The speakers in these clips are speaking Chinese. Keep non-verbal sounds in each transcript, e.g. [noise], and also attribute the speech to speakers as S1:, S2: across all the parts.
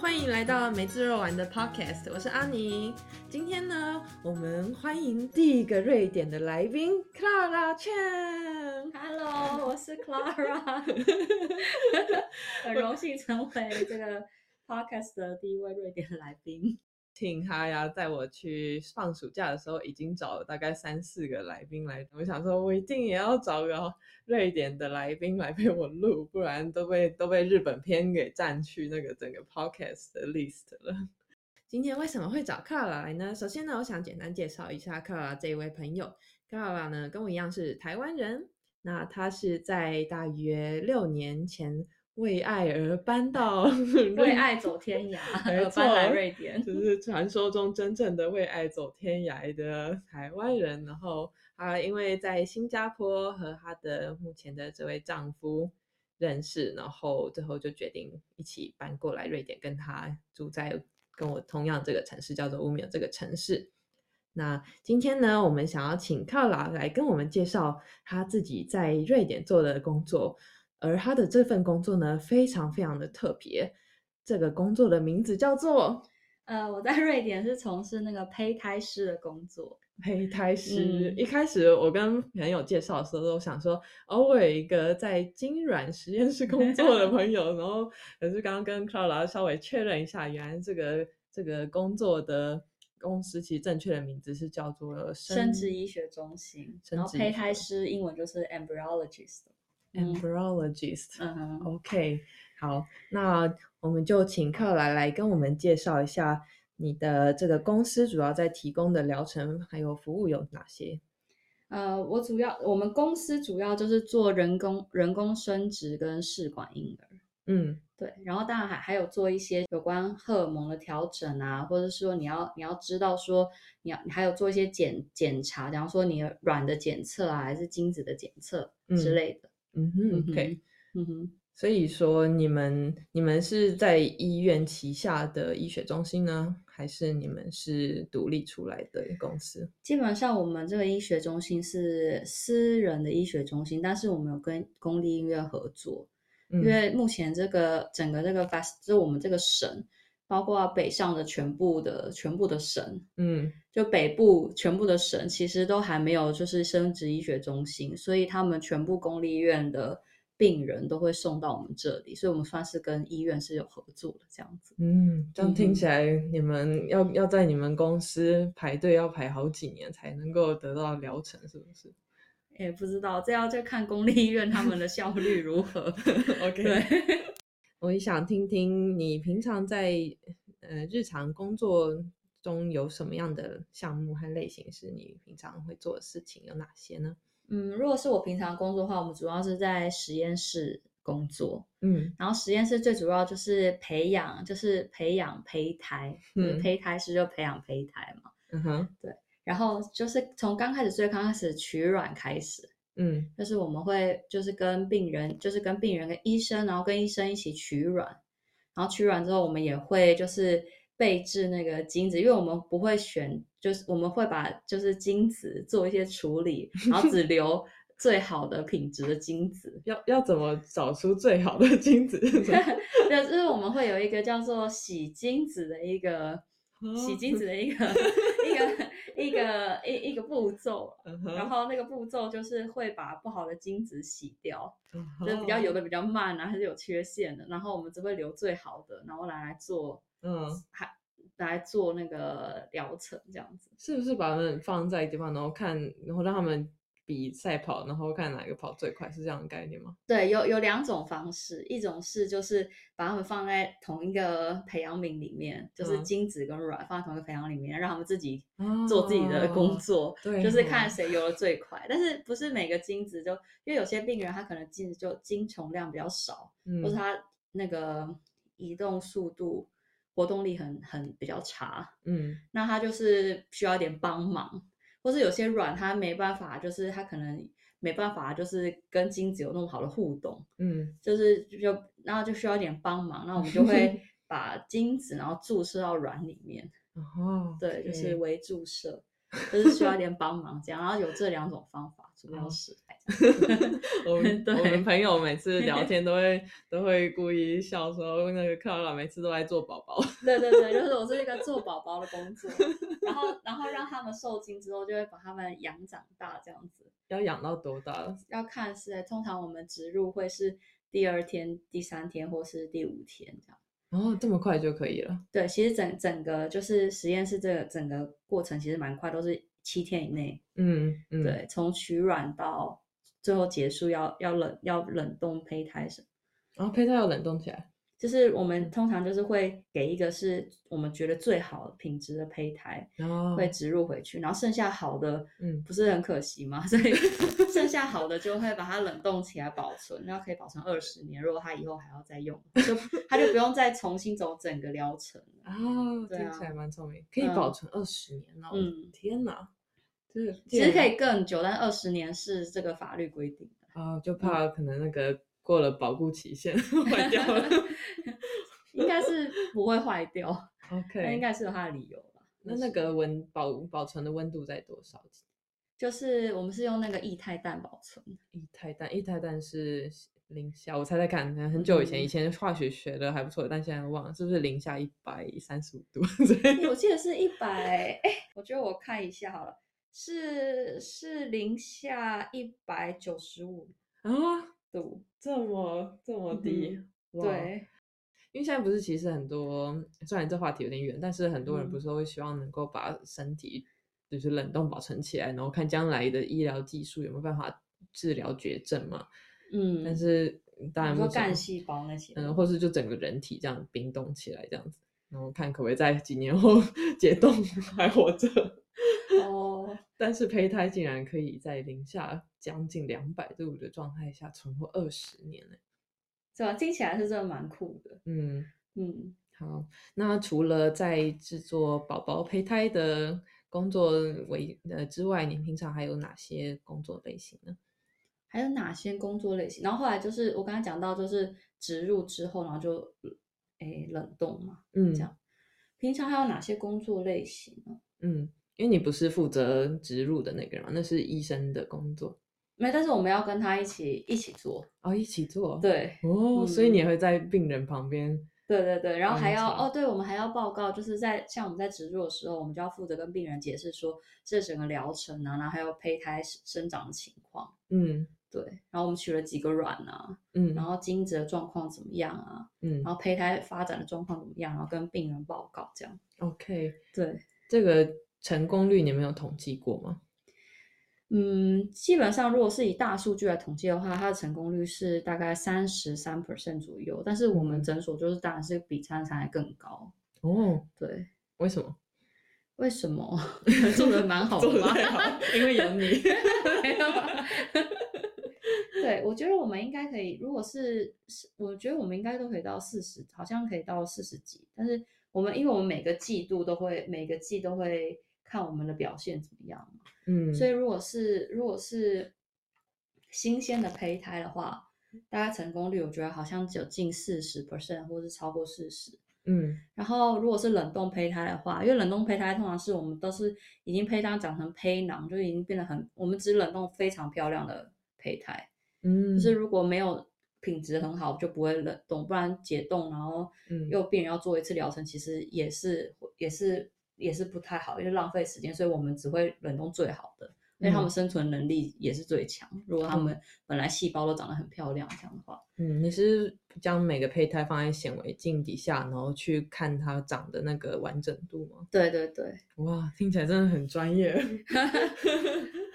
S1: 欢迎来到没自肉丸的 Podcast，我是阿尼。今天呢，我们欢迎第一个瑞典的来宾 Clara Chen。
S2: Hello，我是 [laughs] Clara，很荣幸成为这个 podcast 的第一位瑞典来宾。
S1: 听他呀，在我去放暑假的时候，已经找了大概三四个来宾来。我想说，我一定也要找个哦瑞典的来宾来陪我录，不然都被都被日本片给占去那个整个 podcast 的 list 了。今天为什么会找卡拉来呢？首先呢，我想简单介绍一下卡拉这一位朋友。卡拉呢，跟我一样是台湾人，那他是在大约六年前为爱而搬到 [laughs]
S2: 为
S1: 瑞
S2: 爱走天涯，
S1: 没
S2: 而搬来瑞 [laughs] 典。
S1: 就是传说中真正的为爱走天涯的台湾人。然后她因为在新加坡和她的目前的这位丈夫认识，然后最后就决定一起搬过来瑞典，跟她住在跟我同样这个城市，叫做乌米尔这个城市。那今天呢，我们想要请克拉来跟我们介绍她自己在瑞典做的工作，而她的这份工作呢，非常非常的特别。这个工作的名字叫做
S2: 呃，我在瑞典是从事那个胚胎师的工作。
S1: 胚胎师、
S2: 嗯
S1: 一开始我跟朋友介绍的时候，都想说，哦，我有一个在精卵实验室工作的朋友，然后可是刚刚跟 Clara 稍微确认一下，原来这个这个工作的公司其实正确的名字是叫做
S2: 生殖医学中心，
S1: 生
S2: 然后
S1: 殖
S2: 胚
S1: 医
S2: 胎
S1: 学
S2: 师英文就是 embryologist。嗯
S1: Embryologist。
S2: 嗯哼，
S1: OK，好，那我们就请克莱来跟我们介绍一下你的这个公司主要在提供的疗程还有服务有哪些。
S2: 呃，我主要我们公司主要就是做人工人工生殖跟试管婴儿。
S1: 嗯
S2: 对，然后当然还还有做一些有关荷尔蒙的调整啊，或者是说你要你要知道说你要你还有做一些检检查，比方说你的卵的检测啊，还是精子的检测
S1: 嗯
S2: 之类的。
S1: 嗯哼
S2: 嗯
S1: ，OK。
S2: 哼，嗯哼，
S1: 所以说，你们你们是在医院旗下的医学中心呢，还是你们是独立出来的公司？
S2: 基本上我们这个医学中心是私人的医学中心，但是我们有跟公立医院合作，
S1: 嗯
S2: 因为目前这个整个这个 f a s 就是我们这个省，包括北上的全部的全部的省，
S1: 嗯
S2: 就北部全部的省其实都还没有就是生殖医学中心，所以他们全部公立医院的病人都会送到我们这里，所以我们算是跟医院是有合作的这样子。
S1: 嗯，这样听
S2: 嗯
S1: 起来，你们要要在你们公司排队要排好几年才能够得到疗程，是不是
S2: 也不知道这要再看公立医院他们的效率如 [laughs] 何。
S1: ？OK，
S2: 对，
S1: 我也想听听你平常在呃日常工作中有什么样的项目和类型是你平常会做的事情，有哪些呢？
S2: 嗯，如果是我平常工作的话，我们主要是在实验室工作，
S1: 嗯
S2: 然后实验室最主要就是培养，就是培养胚胎，就是
S1: 嗯
S2: 胚胎师就培养胚胎嘛。
S1: 嗯哼，
S2: 然后就是从刚开始最刚开始取卵开始，
S1: 嗯
S2: 就是我们会就是跟病人，就是跟病人跟医生，然后跟医生一起取卵，然后取卵之后，我们也会就是备制那个精子，因为我们不会选，就是我们会把就是精子做一些处理，然后只
S1: [laughs]
S2: 留最好的品质的精子。
S1: 要要怎么找出最好的精子 [laughs] 是什么？
S2: 对，就是我们会有一个叫做洗精子的一个 [laughs] 洗
S1: 哦
S2: 精子的一
S1: [laughs]
S2: 个一个一个一一个步骤，
S1: 嗯
S2: 然
S1: 哼，
S2: 后那个步骤就是会把不好的精子洗掉，
S1: 嗯
S2: 就是比较
S1: 哼
S2: 有的比较慢啊，还是有缺陷的。然后我们只会留最好的，然后拿来做
S1: 嗯，
S2: 来做那个疗程这样子。
S1: 是不是把他们放在一个地方，然后看，然后让他们比赛跑，然后看哪个跑最快，是这样的概念吗？
S2: 对，有有两种方式，一种是就是把它们放在同一个培养皿里面，就是
S1: 嗯
S2: 精子跟卵放在同一个培养皿里面，让他们自己
S1: 啊
S2: 做自己的工作，
S1: 对哦
S2: 就是
S1: 吼
S2: 看谁游的最快。但是不是每个精子就，因为有些病人他可能精子就精虫量比较少，或
S1: 嗯
S2: 是它那个移动速度、活动力很很比较差，
S1: 嗯
S2: 那它就是需要一点帮忙，或是有些卵它没办法，就是它可能没办法，就是跟精子有那么好的互动，
S1: 嗯
S2: 就是就然后就需要一点帮忙，那我们就会把精子然后注射到卵里面，
S1: 哦，
S2: 对，就是
S1: OK
S2: [laughs] 微注射。就是需要一点帮忙这样。然后有这两种方法，主要
S1: 哦
S2: 是来这样
S1: 我们我
S2: 对
S1: 们朋友每次聊
S2: [laughs]
S1: 天都会都会故意笑说，那个克劳拉每次都在做宝 [laughs] 宝。
S2: 对对对，就是我是一个做宝宝的工作，然后然后让他们受精之后，就会把他们养长大这样子。
S1: 要养到多大？
S2: 要看是通常我们植入会是第二天、第三天或是第五天这样。
S1: 然后这么快就可以了。
S2: 对，其实整整个就是实验室这个整个过程其实蛮快，都是七天以内。
S1: 嗯嗯，，
S2: 对，从取卵到最后结束要要冷要冷冻胚胎什么。
S1: 然后胚胎要冷冻起来。
S2: 就是我们通常就是会给一个是我们觉得最好品质的胚胎，
S1: 然后
S2: 会植入回去，然后剩下好的，
S1: 嗯
S2: 不是很可惜吗？ [laughs] 所以剩下好的就会把它冷冻起来保存，然后可以保存二十年。如果它以后还要再用，就它就不用再重新走整个疗程
S1: [laughs]
S2: 了。
S1: 啊，
S2: 对
S1: 听
S2: 啊
S1: 起来蛮聪明，可以保存二十年哦。
S2: 嗯
S1: 天哪，就是
S2: 其实可
S1: 以
S2: 以更久，但二十年是这个法律规定的。
S1: 啊，就怕可能那个过了保护期限 [laughs] 坏掉
S2: [laughs]
S1: 了。 [laughs]
S2: 应该是不会坏掉，那应
S1: OK，
S2: 该是有它的理由吧。
S1: 那那个温保保存的温度在多少？
S2: 就是我们是用那个液态氮保存， [laughs]
S1: 一胎蛋，一胎蛋是零下，我猜猜看，很久以前，以
S2: 嗯
S1: 前化学学的还不错，但现在忘了，是不是零下一百三十五度 [laughs] 之类
S2: [laughs]
S1: 的？
S2: 我记得是一百，哎，我觉得我看一下好了，是是零下一百九十五
S1: 啊，
S2: 度，
S1: 这么这么低？哇，
S2: 嗯对，
S1: 因为现在不是其实很多，虽然这话题有点远，但是很多人不
S2: 嗯
S1: 是都会希望能够把身体就是冷冻保存起来，然后看将来的医疗技术有没有办法治疗绝症嘛？
S2: 嗯，
S1: 但是当然
S2: 你说
S1: 目前
S2: 干细胞那些吗，
S1: 嗯，或是就整个人体这样冰冻起来，这样子，然后看可不可以在几年后 [laughs] 解冻还活着。
S2: 哦，
S1: 但是胚胎竟然可以在零下将近两百度的状态下存活二十年呢。
S2: 对吧？听起来是真的蛮酷的，
S1: 嗯，
S2: 嗯，
S1: 好，那除了在制作宝宝胚胎的工作为呃之外，你平常还有哪些工作类型呢？
S2: 还有哪些工作类型？然后后来就是我刚才讲到，就是植入之后，然后就哎冷冻嘛，
S1: 嗯，
S2: 这样。平常还有哪些工作类型呢？
S1: 嗯，因为你不是负责植入的那个人嘛，那是医生的工作，
S2: 没，但是我们要跟他一起一起做，
S1: 哦，一起做，，
S2: 对
S1: 哦，所以你也
S2: 嗯
S1: 会在病人旁边。
S2: 对对对，然后
S1: 观
S2: 还要
S1: 察
S2: 哦，对，我们还要报告，就是在像我们在植入的时候，我们就要负责跟病人解释说这整个疗程啊，然后还有胚胎生生长的情况，
S1: 嗯
S2: 对，然后我们取了几个卵啊，
S1: 嗯，
S2: 然后精子的状况怎么样啊，
S1: 嗯
S2: 然后胚胎发展的状况怎么样，然后跟病人报告这样，
S1: ，OK，
S2: 对，
S1: 这个成功率你们有统计过吗？
S2: 嗯，基本上如果是以大数据来统计的话，它的成功率是大概三十三 percent 左右，但是我们
S1: 嗯
S2: 诊所就是当然是比参产还更高，
S1: 哦，
S2: 对，
S1: 为什么？
S2: 为什么 [laughs] 做的蛮好
S1: 做
S2: 的
S1: 得
S2: 吧？
S1: 太
S2: [laughs]
S1: 好， [laughs] 因为有你。
S2: 没有啊对，我觉得我们应该可以，如果是是，我觉得我们应该都可以到四十，好像可以到四十几。但是我们，因为我们每个季度都会，每个季都会看我们的表现怎么样嘛。
S1: 嗯，
S2: 所以如果是如果是新鲜的胚胎的话，
S1: 嗯
S2: 大概成功率我觉得好像只有近四十 percent，或是超过四十。
S1: 嗯
S2: 然后如果是冷冻胚胎的话，因为冷冻胚胎通常是我们都是已经胚胎长成胚囊，就已经变得很，我们只冷冻非常漂亮的胚胎，
S1: 嗯，
S2: 就是如果没有品质很好，就不会冷冻，不然解冻然后
S1: 嗯
S2: 又病人要做一次疗程，其实也是也是也是不太好，因为浪费时间，所以我们只会冷冻最好的。因为他
S1: 嗯
S2: 们生存能力也是最强。如果他
S1: 嗯
S2: 们本来细胞都长得很漂亮，这样的话，
S1: 嗯，你是将每个胚胎放在显微镜底下，然后去看它长的那个完整度吗？
S2: 对对对，
S1: 哇，听起来真的很专业。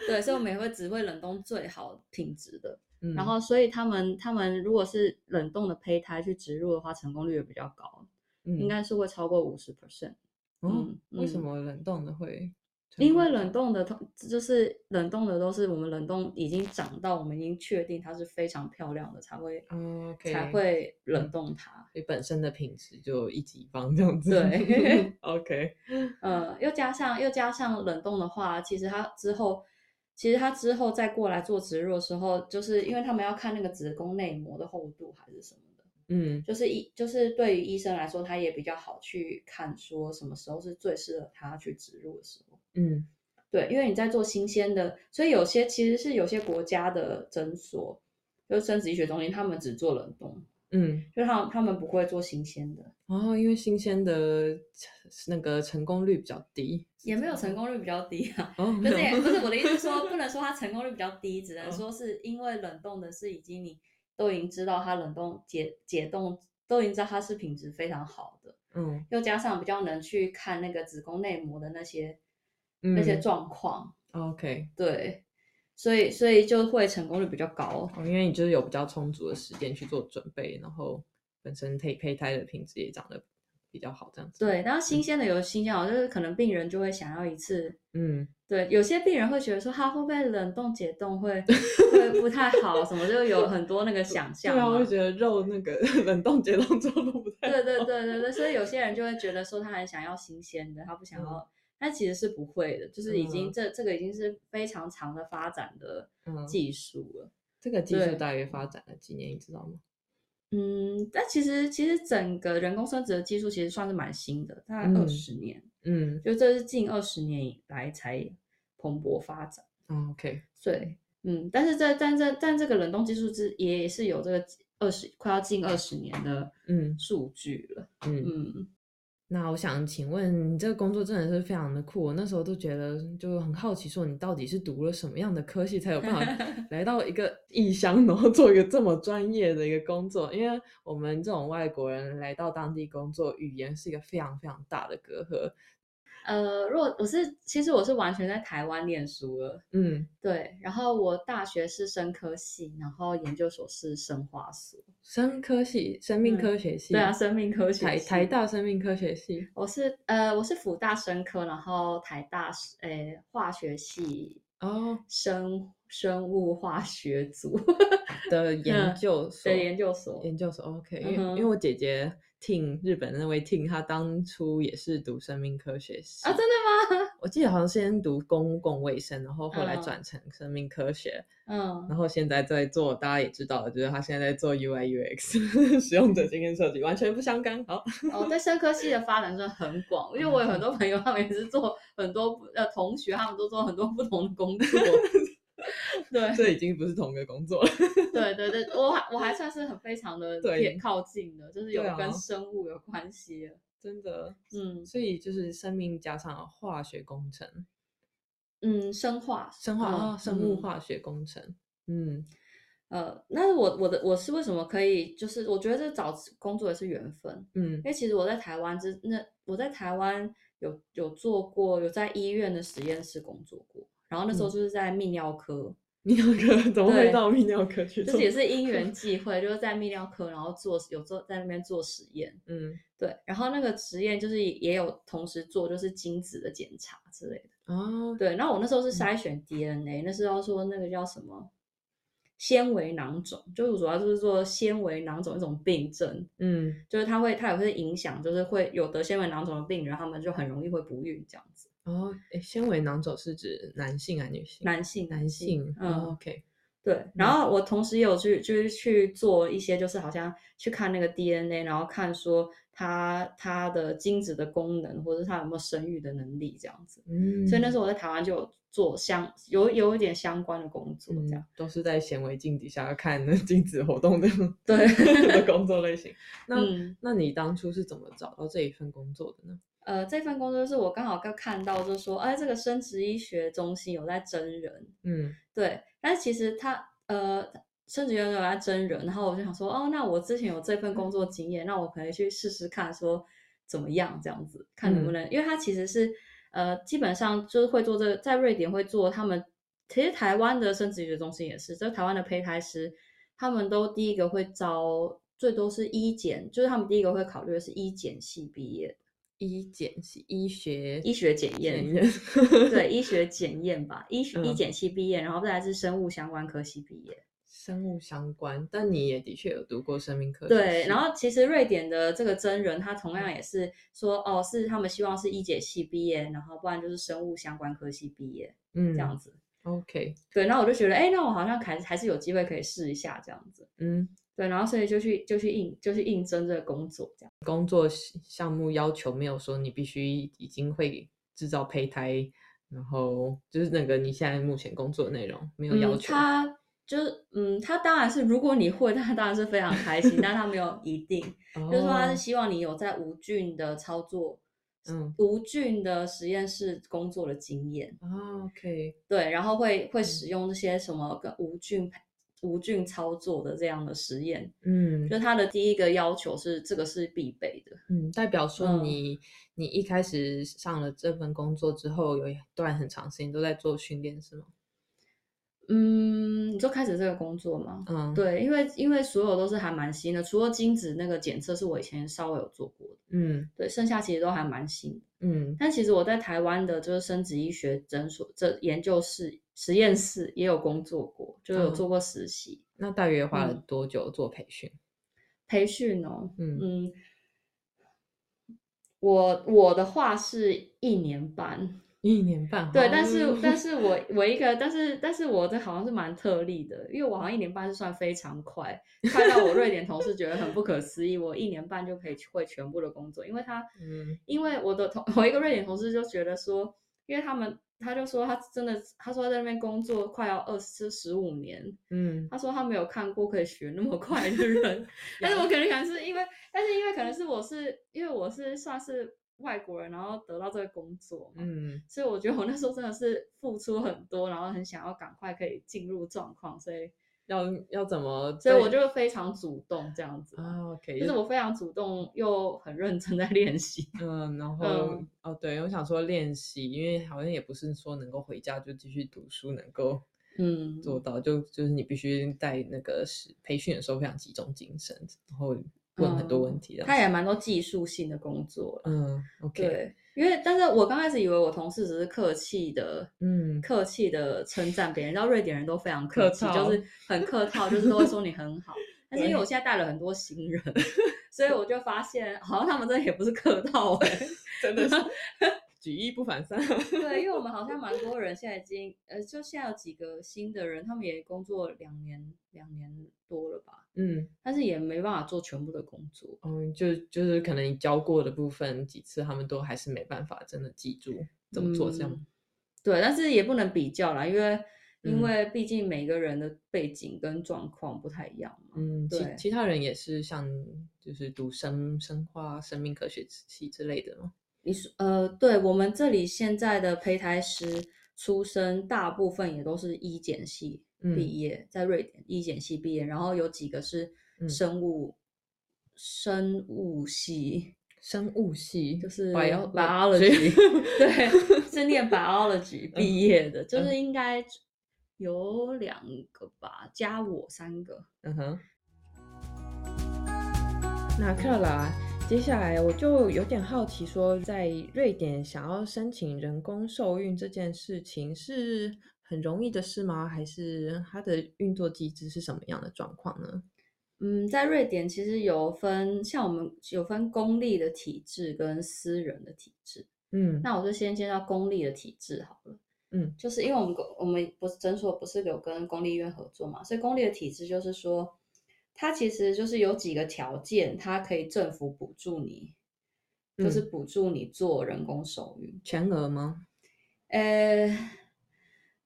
S2: 对，所以我们也会只会冷冻最好品质的。
S1: 嗯，
S2: 然后，所以他们他们如果是冷冻的胚胎去植入的话，成功率也比较高，
S1: 应
S2: 应该是会超过五十 percent。
S1: 嗯哦，为什
S2: 嗯
S1: 么冷冻的会成功？
S2: 因为冷冻的通，就是冷冻的都是我们冷冻已经长到我们已经确定它是非常漂亮的，才会、
S1: 哦，OK
S2: 才会冷冻它。
S1: 所以本身的品质就一级棒这样子。
S2: 对
S1: [laughs] ，OK，
S2: 呃，又加上又加上冷冻的话，其实它之后，其实它之后再过来做植入的时候，就是因为他们要看那个子宫内膜的厚度还是什么的。
S1: 嗯
S2: 就是医，就是对于医生来说，他也比较好去看说什么时候是最适合他去植入的时候。
S1: 嗯
S2: 对，因为你在做新鲜的，所以有些其实是有些国家的诊所，就是生殖医学中心，他们只做冷冻，
S1: 嗯，
S2: 就是他们他们不会做新鲜的，
S1: 然后因为新鲜的那个成功率比较低，
S2: 也没有成功率比较低 [laughs] 啊。
S1: 哦，
S2: 不
S1: 没
S2: 是也
S1: 有
S2: 不是我的意思是说，不能说它成功率比较低，只能
S1: 哦
S2: 说是因为冷冻的是已经你都已经知道它冷冻解解冻，都已经知道它是品质非常好的，
S1: 嗯
S2: 又加上比较能去看那个子宫内膜的那些、那些
S1: 嗯
S2: 状况，
S1: ，OK，
S2: 对，所以所以就会成功率比较高。
S1: 哦，因为你就是有比较充足的时间去做准备，然后本身胚胚胎的品质也长得比较好，这样子，
S2: 对，，然后新鲜的有新鲜好，就是可能病人就会想要一次
S1: 嗯，
S2: 对，有些病人会觉得说，他会不会冷冻解冻会会不太好，什么就有很多那个想
S1: 对
S2: 象
S1: 啊，我
S2: 嘛
S1: 就。觉得肉那个 [laughs] 冷冻解冻之后都不太
S2: 对对对对对，所以有些人就会觉得说，他很想要新鲜的，他不想
S1: 嗯
S2: 要，但其实是不会的，就是已经、
S1: 嗯
S2: 这这个已经是非常长的发展的
S1: 嗯，
S2: 技术了。
S1: 这个技
S2: 对
S1: 术大约发展了几年，你知道吗？
S2: 嗯，但其实其实整个人工生殖的技术其实算是蛮新的，大概
S1: 嗯
S2: 二十年，
S1: 嗯
S2: 就这是近二十年以来才蓬勃发展。
S1: 哦，OK，
S2: 对，嗯，但是这但这但这个冷冻技术之也是有这个二十快要近二十年的
S1: 嗯
S2: 数据了，
S1: 嗯
S2: 嗯，
S1: 那我想请问，你这个工作真的是非常的酷，我那时候都觉得就很好奇，说你到底是读了什么样的科系，才有办 [laughs] 法来到一个异乡，然后做一个这么专业的一个工作？因为我们这种外国人来到当地工作，语言是一个非常非常大的隔阂。
S2: 呃，如果我是其实我是完全在台湾念书了，
S1: 嗯，
S2: 对，然后我大学是生科系，然后研究所是生化所，
S1: 生科系、生命
S2: 嗯
S1: 科学系，
S2: 对啊，生命科学
S1: 台台
S2: 系
S1: 大生命科学系。
S2: 我是呃我是辅大生科，然后台大是诶化学系
S1: 哦
S2: 生生物化学组
S1: 的研
S2: 嗯
S1: 究所，
S2: 的研究所，
S1: 研究所 OK，因为、
S2: 嗯
S1: 因为
S2: 哼
S1: 我姐姐 Ting 日本的那位 Ting，她当初也是读生命科学系
S2: 啊，真的吗？
S1: [laughs] 我记得好像先读公共卫生，然后后来
S2: 嗯
S1: 转成生命科学，
S2: 嗯，
S1: 然后现在在做大家也知道的，就是她现在在做 UI UX [laughs] 使用者经验设计，完全不相干。
S2: [laughs]
S1: 好，
S2: 哦，对生科系的发展真的很广，因为我有很多朋友，他们也是做很多不呃同学，他们都做很多不同的工作。 [laughs] 对
S1: 这已经不是同一个工作了。 [laughs]
S2: 对对对，我还我还算是很非常的
S1: 对
S2: 偏靠近的，就是有
S1: 对啊
S2: 跟生物有关系的。
S1: 真的，
S2: 嗯
S1: 所以就是生命加上化学工程、
S2: 嗯，生化
S1: 生化
S2: 嗯
S1: 啊、生物
S2: 嗯
S1: 化学工程，嗯
S2: 呃，那是我我的我是为什么可以，就是我觉得这找工作也是缘分，
S1: 嗯 [laughs]
S2: 因为其实我在台湾之那我在台湾有有做过，有在医院的实验室工作过，然后那时候
S1: 嗯
S2: 就是在泌尿科。
S1: 泌尿科怎么会
S2: 对
S1: 到泌尿科 [laughs] 去
S2: 就
S1: 做？
S2: 是也是因缘际会，就是在泌尿科，然后做有做在那边做实验，
S1: 嗯
S2: 对，然后那个实验就是也有同时做就是精子的检查之类的，
S1: 哦，
S2: 对，然后我那时候是筛选 DNA，、那时候说那个叫什么纤维囊肿，就是主要就是做纤维囊肿一种病症，
S1: 嗯
S2: 就是它会它也会影响，就是会有得纤维囊肿的病人，他们就很容易会不孕这样子，
S1: 哦，诶纤维囊肿是指男性还是女性？
S2: 男性
S1: 男性，
S2: 嗯。
S1: 哦，OK，
S2: 对，
S1: 嗯
S2: 然后我同时也有去，就是去做一些，就是好像去看那个 DNA，然后看说它它的精子的功能，或者它有没有生育的能力这样子。
S1: 嗯，
S2: 所以那时候我在台湾就有做相有有一点相关的工作这样。
S1: 嗯，都是在显微镜底下看 [laughs] 那精子活动的
S2: 对 [laughs]
S1: [laughs] 的工作类型。那、
S2: 嗯，
S1: 那你当初是怎么找到这一份工作的呢？
S2: 呃，这份工作就是我刚好刚看到，就是说，哎，这个生殖医学中心有在真人，
S1: 嗯
S2: 对，但是其实他呃，甚至有有在真人，然后我就想说，哦，那我之前有这份工作经验，那我可以去试试看，说怎么样这样子，看能不
S1: 嗯
S2: 能，因为他其实是呃，基本上就是会做这个，在瑞典会做他们，其实台湾的生殖医学中心也是，就是台湾的胚胎师，他们都第一个会招。最多是医检，就是他们第一个会考虑的是医检系毕业，
S1: 医检系医学
S2: 医学检验，
S1: 检验，
S2: 对，医学检验吧，医学医
S1: 嗯
S2: 检系毕业，然后再来是生物相关科系毕业。
S1: [laughs] 生物相关，但你也的确有读过生命科学
S2: 对，
S1: 系
S2: 然后其实瑞典的这个真人，他同样也是说，哦，是他们希望是医检系毕业，然后不然就是生物相关科系毕业
S1: 嗯
S2: 这样子。
S1: OK，
S2: 对，然后我就觉得，哎，那我好像还还是有机会可以试一下这样子。
S1: 嗯，
S2: 对，然后所以就去就去应就去应征这个工作这样。
S1: 工作项目要求没有说你必须已经会制造胚胎然后就是那个你现在目前工作的内容没有要
S2: 嗯，
S1: 求，
S2: 他就是嗯，他当然是如果你会， [laughs] 他当然是非常开心，但他
S1: [laughs]
S2: 没有一定，就是说他是
S1: 哦
S2: 希望你有在无菌的操作，
S1: 嗯
S2: 无菌的实验室工作的经验。
S1: 哦 OK，
S2: 对，然后会会
S1: 嗯
S2: 使用这些什么跟无菌无菌操作的这样的实验，
S1: 嗯
S2: 就它的第一个要求是这个是必备的。
S1: 嗯，代表说
S2: 嗯
S1: 你、你一开始上了这份工作之后，有一段很长时间都在做训练是吗？
S2: 嗯，你就开始这个工作吗？
S1: 嗯，，
S2: 对，因为因为所有都是还蛮新的，除了精子那个检测是我以前稍微有做过的，
S1: 嗯
S2: 对，剩下其实都还蛮新的。
S1: 嗯
S2: 但其实我在台湾的就是生殖医学诊所这研究室实验室也有工作过，就有
S1: 嗯
S2: 做过实习、
S1: 那大约花了
S2: 嗯
S1: 多久做培训？
S2: 培训哦，
S1: 嗯
S2: 嗯，我我的话是一年半，
S1: 一年半，
S2: 对，但是但
S1: 是
S2: 是我我一个，但是但是我这好像是蛮特例的，因为我好像一年半是算非常快，快到我瑞典同事觉得很不可思议，我一年半就可以会全部的工作，因为他
S1: [laughs] 嗯
S2: 因为我的同 [laughs] 我一个瑞典同事就觉得说，因为他们他就说他真的他说他在那边工作快要二十十五年，
S1: 嗯
S2: 他说他没有看过可以学那么快的人，但是我可能可能是因为，但是因为可能是我是因为我是算是外国人，然后得到这个工作嘛，
S1: 嗯
S2: 所以我觉得我那时候真的是付出很多，然后很想要赶快可以进入状况，所以
S1: 要要怎么
S2: 所
S1: 对？
S2: 以我就非常主动这样子，
S1: 啊 OK，
S2: 就是我非常主动又很认真在
S1: [laughs]
S2: 练习，
S1: 嗯，然后、
S2: 嗯
S1: 哦，对，我想说练习，因为好像也不是说能够回家就继续读书能够
S2: 嗯，
S1: 做到，就就是你必须在那个时培训的时候非常集中精神，然后问很多问
S2: 嗯
S1: 题这样子。
S2: 他也蛮多技术性的工作了，
S1: 嗯，OK，
S2: 对，因为但是我刚开始以为我同事只是客气的。
S1: [laughs] 嗯
S2: 客气的称赞别人，然后瑞典人都非常
S1: 客
S2: 客气，
S1: 套
S2: 就是很客套，就是都会说你很 [laughs] 好。但是因为我现在带了很多新人，所以我就发现好像他们这也不是客套哎、
S1: 真的是举一不反三。
S2: [laughs]
S1: 啊 [laughs]
S2: 对，因为我们好像蛮多人现在已经呃，就现在有几个新的人，他们也工作两年两年多了吧，
S1: 嗯，
S2: 但是也没办法做全部的工作。
S1: 嗯，就就是可能你教过的部分几次，他们都还是没办法真的记住怎么做这样。
S2: 嗯对，但是也不能比较啦，因为
S1: 嗯
S2: 因为毕竟每个人的背景跟状况不太一样嘛。
S1: 嗯，其
S2: 对
S1: 其他人也是像就是读生生化、生命科学系之类的吗？
S2: 你说，呃，对，我们这里现在的胚胎师出身，大部分也都是医检系
S1: 嗯
S2: 毕业，在瑞典医检系毕业，然后有几个是
S1: 嗯
S2: 生物、生物系，
S1: 生物系
S2: 就是
S1: 嗯 bio [laughs]
S2: biology，对，是念
S1: 嗯
S2: biology 毕业的，就是应该有两个吧，加我三个。
S1: 嗯哼。那克拉，接下来我就有点好奇，说在瑞典想要申请人工受孕这件事情是很容易的事吗？还是它的运作机制是什么样的状况呢？
S2: 嗯，在瑞典其实有分，像我们有分公立的体制跟私人的体制。
S1: 嗯
S2: 那我就先介绍公立的体制好了。
S1: 嗯
S2: 就是因为我们公我们不是诊所不是有跟公立医院合作嘛，所以公立的体制就是说，它其实就是有几个条件，它可以政府补助你，就是补助你做人工受孕。
S1: 全额吗？
S2: 呃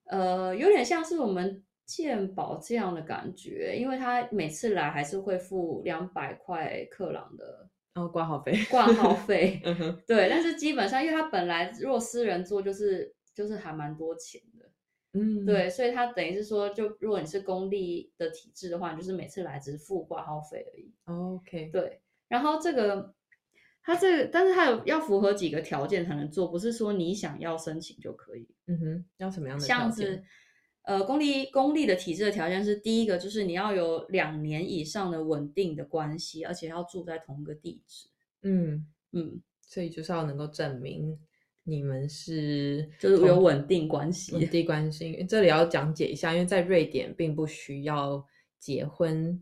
S2: 呃，有点像是我们健保这样的感觉，因为他每次来还是会付两百块克朗的
S1: 哦，挂号费。
S2: 挂号费。
S1: 嗯哼，
S2: [laughs] 对，但是基本上，因为他本来如果私人做就是就是还蛮多钱的，
S1: 嗯，
S2: [laughs] 对，所以他等于是说，就如果你是公立的体制的话，你就是每次来只是付挂号费而已。
S1: 嗯，OK，
S2: 对，然后这个他这个，但是他有要符合几个条件才能做，不是说你想要申请就可以。
S1: 嗯哼，要什么样的条
S2: 像
S1: 件
S2: 是呃，公立公立的体制的条件是第一个就是你要有两年以上的稳定的关系，而且要住在同一个地址。
S1: 嗯，
S2: 嗯，
S1: 所以就是要能够证明你们是
S2: 就是
S1: 同
S2: 有稳定关系。
S1: 稳定关系。这里要讲解一下，因为在瑞典并不需要结婚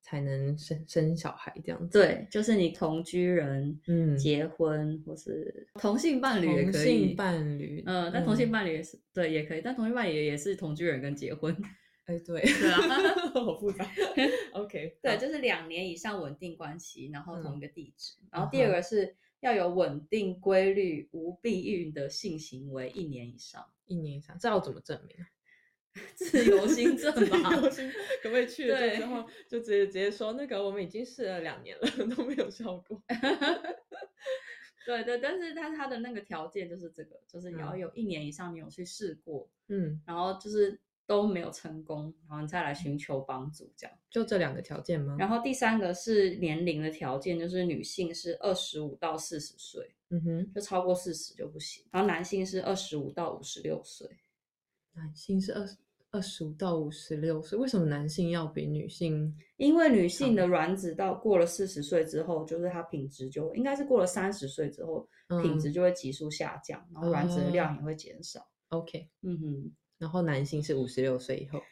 S1: 才能生生小孩这样子。，
S2: 对，就是你同居人、
S1: 嗯，
S2: 结婚或是同性伴侣也
S1: 同
S2: 可
S1: 性
S2: 以。
S1: 伴侣，
S2: 呃，但同性
S1: 嗯，
S2: 伴侣也是、对，也可以，但同性伴侣也是同居人跟结婚。
S1: 哎， [laughs] 对，
S2: [laughs] 对啊
S1: 好复 [laughs] 杂。OK，
S2: 对，
S1: 好，
S2: 就是两年以上稳定关系，然后同一个地址。然
S1: 嗯
S2: 后第二
S1: 哼
S2: 个是要有稳定、规律、无避孕的性行为一年以上，
S1: 一年以上，这要怎么证明？啊
S2: 自由新政
S1: [laughs]
S2: 吧。
S1: 自由新可不可以去了
S2: 对
S1: 之后就直接直接说那个我们已经试了两年了 [laughs] 都没有效 [laughs] 果？
S2: 对对，但是但是它的那个条件就是这个，就是你要
S1: 嗯
S2: 有一年以上你有去试过，
S1: 嗯，
S2: 然后就是都没有成功，然后你再来寻求帮助这样。
S1: 就这两个条件吗？
S2: 然后第三个是年龄的条件，就是女性是二十五到四十岁，
S1: 嗯哼，
S2: 就超过四十就不行。然后男性是二十五到五十六岁，
S1: 男性是二十二十五到五十六岁，为什么男性要比女性？
S2: 因为女性的卵子到过了四十岁之后，就是它品质就应该是过了三十岁之后，品
S1: 嗯
S2: 质就会急速下降，然后卵子的量也会减少。
S1: OK，
S2: 嗯哼。
S1: 然后男性是五十六岁以后，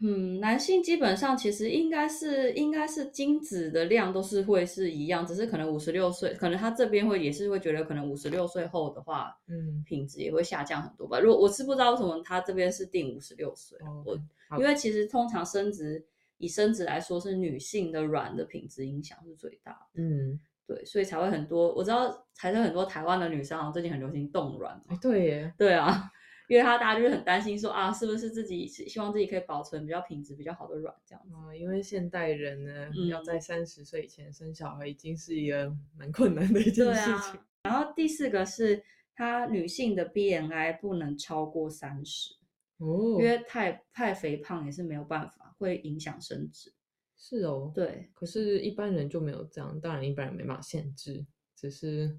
S2: 嗯，男性基本上其实应该是应该是精子的量都是会是一样，只是可能五十六岁，可能他这边会也是会觉得可能五十六岁后的话，
S1: 嗯，
S2: 品质也会下降很多吧。如果我是不知道为什么他这边是定五十六岁啊，我
S1: 哦好
S2: 因为其实通常生殖以生殖来说是女性的卵的品质影响是最大的，
S1: 嗯，
S2: 对，所以才会很多我知道才是很多台湾的女生好像最近很流行冻卵
S1: 哎
S2: 嘛，
S1: 对耶，
S2: 对啊。因为他大家就是很担心说啊，是不是自己希望自己可以保存比较品质比较好的卵这样子？
S1: 哦，因为现代人呢，要
S2: 嗯
S1: 在三十岁以前生小孩，已经是一个蛮困难的一件
S2: 对
S1: 事
S2: 啊
S1: 情。
S2: 然后第四个是她女性的 BMI 不能超过三十、
S1: 哦
S2: 因，为太太肥胖也是没有办法，会影响生殖。
S1: 是哦，
S2: 对，
S1: 可是，一般人就没有这样，当然一般人没办法限制，只是，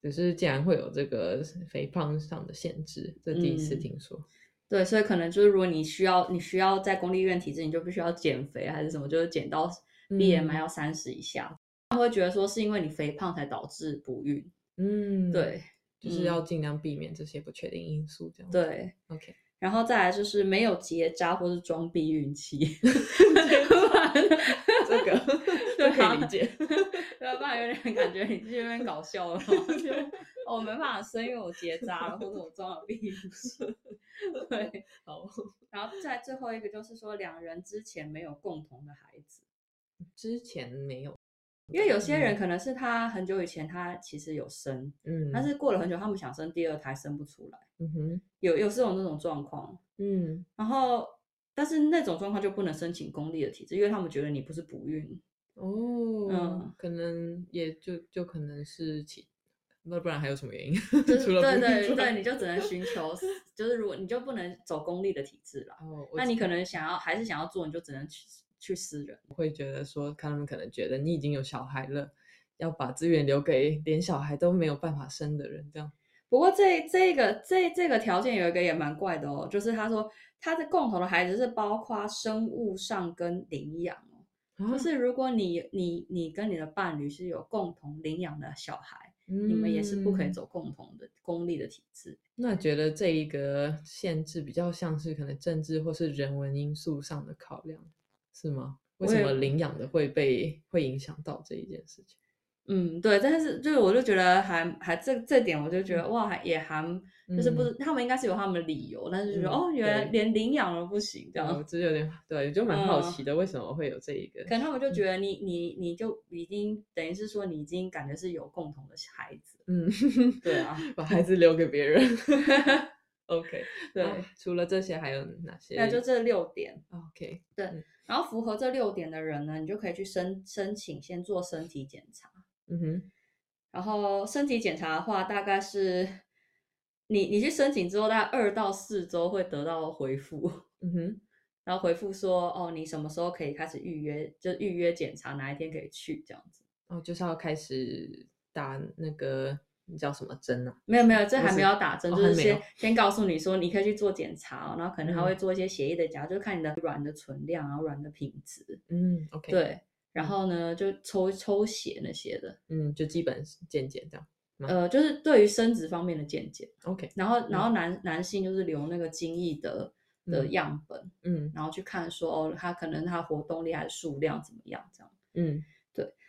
S1: 只是既然会有这个肥胖上的限制，这第一次
S2: 嗯
S1: 听说。
S2: 对，所以可能就是如果你需要你需要在公立医院体制，你就必须要减肥还是什么，就是减到
S1: 嗯
S2: BMI 要三十以下。他会觉得说是因为你肥胖才导致不孕，
S1: 嗯，嗯，
S2: 对、
S1: 就是要尽量避免这些不确定因素，这样。
S2: 对，
S1: ，OK，
S2: 然后再来就是没有结扎或是装避孕
S1: [laughs]
S2: 器，
S1: 这
S2: [laughs]
S1: 个
S2: 对
S1: 这可
S2: 啊
S1: 以理解。
S2: 对，啊不然有点感觉你是有点搞笑了哦，就哦我没办法生，因为我结扎了，或者我装了避孕器。对，
S1: 好，
S2: [laughs] 然后再最后一个就是说，两人之前没有共同的孩子，
S1: 之前没有，
S2: 因为有些人
S1: 嗯
S2: 可能是他很久以前他其实有生，
S1: 嗯，
S2: 但是过了很久他们想生第二胎生不出来，
S1: 嗯哼，
S2: 有有这种这种状况，
S1: 嗯，
S2: 然后。但是那种状况就不能申请公立的体制，因为他们觉得你不是不孕，
S1: 哦，
S2: 嗯
S1: 可能也就就可能是其，那不然还有什么原因？
S2: 就是
S1: [laughs] [laughs] 除了不
S2: 对
S1: 孕之
S2: 对
S1: 外
S2: 对，你就只能寻求，
S1: [laughs]
S2: 就是如果你就不能走公立的体制啦。
S1: 哦，我
S2: 那你可能想要还是想要做，你就只能去去私人。
S1: 说，他们可能觉得你已经有小孩了，要把资源留给连小孩都没有办法生的人，这样。
S2: 不过这这个这这个条件有一个也蛮怪的哦，就是他说他的共同的孩子是包括生物上跟领养哦，
S1: 啊
S2: 就是如果你你你跟你的伴侣是有共同领养的小孩，你们也是不可以
S1: 嗯
S2: 走共同的公立的体制。
S1: 那觉得这一个限制比较像是可能政治或是人文因素上的考量，是吗？为
S2: 我
S1: 什
S2: 也
S1: 么领养的会被会影响到这一件事情？
S2: 嗯，对，但是就是我就觉得还还这这点我就觉得哇，还也还就是不、
S1: 嗯
S2: 他们应该是有他们的理由，但是就觉
S1: 嗯
S2: 得、哦，原来
S1: 对
S2: 连领养都不行这
S1: 对
S2: 样。
S1: 我只是有点对，啊就蛮好
S2: 哦嗯
S1: 奇的，为什么会有这一个
S2: 可？能他们就
S1: 嗯
S2: 觉得你你你就已经等于是说你已经感觉是有共同的孩子，
S1: 嗯，
S2: 对
S1: [laughs]
S2: 啊，
S1: 把孩子留给别人。OK，
S2: [laughs] 对
S1: 啊除了这些还有哪些？
S2: [laughs] 哦
S1: 哦
S2: 那就这六点，
S1: OK，
S2: 然后符合这六点的人呢，你就可以去申申请先做身体检查，
S1: 嗯哼，
S2: 然后身体检查的话，大概是你你去申请之后，大概二到四周会得到回复，
S1: 嗯哼。
S2: 然后回复说哦，你什么时候可以开始预约，就预约检查哪一天可以去这样子。
S1: 哦，就是要开始打那个那叫什么针啊？
S2: 没有没有，这
S1: 不
S2: 还
S1: 是
S2: 没有打针，
S1: 哦
S2: 就
S1: 还
S2: 是
S1: 没
S2: 先
S1: 有
S2: 先告诉你说你可以去做检查哦、然后可能他会
S1: 嗯
S2: 做一些血液的检查，就看你的卵的存量啊、卵的品质，
S1: 嗯，OK，，
S2: 对，
S1: 嗯
S2: 然后呢就抽抽血那些的，
S1: 嗯，就基本健检这样。
S2: 呃，就是对于生殖方面的见解。
S1: OK，
S2: 然后然后男、男性就是留那个精液的的
S1: 嗯
S2: 样本，
S1: 嗯
S2: 然后去看说哦，他可能他活动力还是数量怎么样这样。
S1: 嗯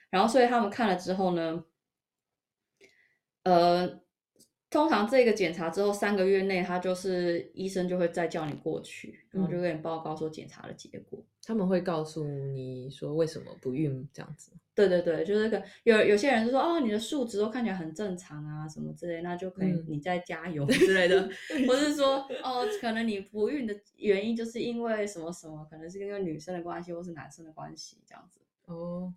S2: 然后所以他们看了之后呢，呃，通常这个检查之后三个月内，他就是医生就会再叫你过去，然后就
S1: 嗯
S2: 跟你报告说检查的结果。
S1: 他们会告诉你说为什么不孕这样子吗。
S2: 对对对，就是可有有些人就说哦，你的数值都看起来很正常啊，什么之类，那就可以
S1: 嗯
S2: 你再加油之类
S1: [laughs]
S2: 的，或是说哦，可能你不孕的原因就是因为什么什么，可能是因为女生的关系或是男生的关系这样子。
S1: 哦，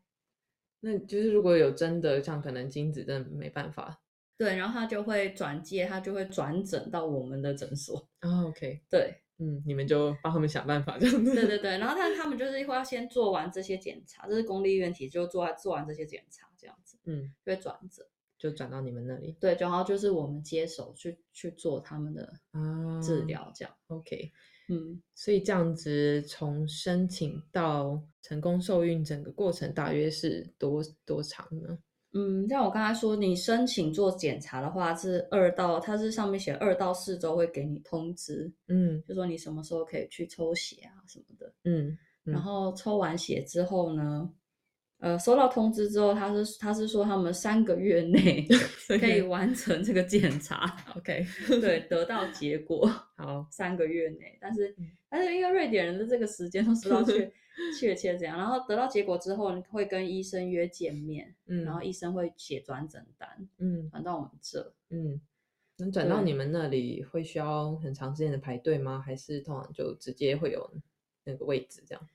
S1: 那就是如果有真的像可能精子真的没办法。
S2: 对，然后他就会转介，他就会转诊到我们的诊所。
S1: 哦，OK，
S2: 对，
S1: 嗯，你们就帮他们想办法这样 [laughs] 子。
S2: 对对对，然后但他们就是会要先做完这些检查，这是公立医院体就做完做完这些检查这样子，
S1: 嗯，
S2: 就会转诊。
S1: 就转到你们那里
S2: 对，然后就是我们接手去去做他们的
S1: 啊
S2: 治。疗这样。
S1: OK，
S2: 嗯，
S1: 所以这样子从申请到成功受孕整个过程大约是多多长呢？
S2: 嗯，像我刚才说，你申请做检查的话是二到，它是上面写二到四周会给你通知，
S1: 嗯
S2: 就说你什么时候可以去抽血啊什么的。 [laughs]
S1: 嗯嗯
S2: 然后抽完血之后呢，呃，收到通知之后，他是他是说他们三个月内 [laughs] 可以完成这个检查， [laughs]
S1: ，OK，
S2: 对，得到结果
S1: 好，
S2: 三个月内。但是
S1: 嗯
S2: 但是因为瑞典人的这个时间都知道
S1: [laughs]
S2: 确确切怎样，然后得到结果之后，你会跟医生约见面，
S1: 嗯，
S2: 然后医生会写转诊单
S1: 嗯
S2: 转到我们这。
S1: 嗯，能转到
S2: 对
S1: 你们那里会需要很长时间的排队吗？还是通常就直接会有那个位置这样？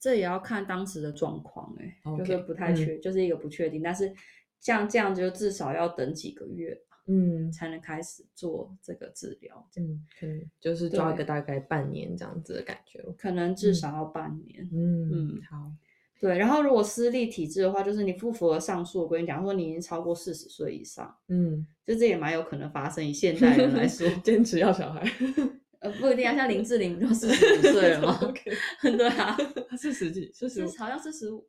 S2: 这也要看当时的状况、欸，哎，就是
S1: OK，嗯
S2: 不太确，就是一个不确定。但是像这样就至少要等几个月
S1: 嗯
S2: 才能开始做这个治疗，
S1: 嗯，可能就是抓一
S2: 对
S1: 个大概半年这样子的感觉咯。
S2: 可能至
S1: 嗯
S2: 少要半年。
S1: 嗯
S2: 嗯
S1: 好，
S2: 对，然后如果私立体制的话，就是你不符合上述，我跟你讲，或你已经超过四十岁以上， [laughs]
S1: 嗯，
S2: 就这也蛮有可能发生。以现代人来说，
S1: [laughs] 坚持要小孩，
S2: [laughs] 呃，不一定啊，像林志玲不就四十五岁了 [laughs] 吗？
S1: [laughs] OK，
S2: 对 [laughs] 啊，
S1: 他是十几，是十
S2: 是
S1: 五
S2: 好像是十五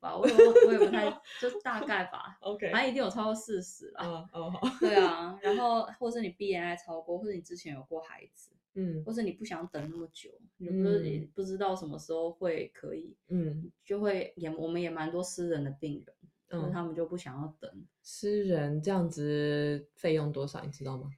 S2: 吧，我也忘我也不太，就是大概吧，
S1: ，OK，
S2: 反正一定有超过四十 [laughs] 啦。
S1: 啊哦好，
S2: 对啊，然后或是你 BMI 超过，或者你之前有过孩子，
S1: 嗯
S2: 或是你不想等那么久，你不是也不知道什么时候会可以，
S1: 嗯
S2: 就会也我们也蛮多私人的病人，所以
S1: 嗯，
S2: 他们就不想要等。
S1: 私人这样子费用多少你知道吗？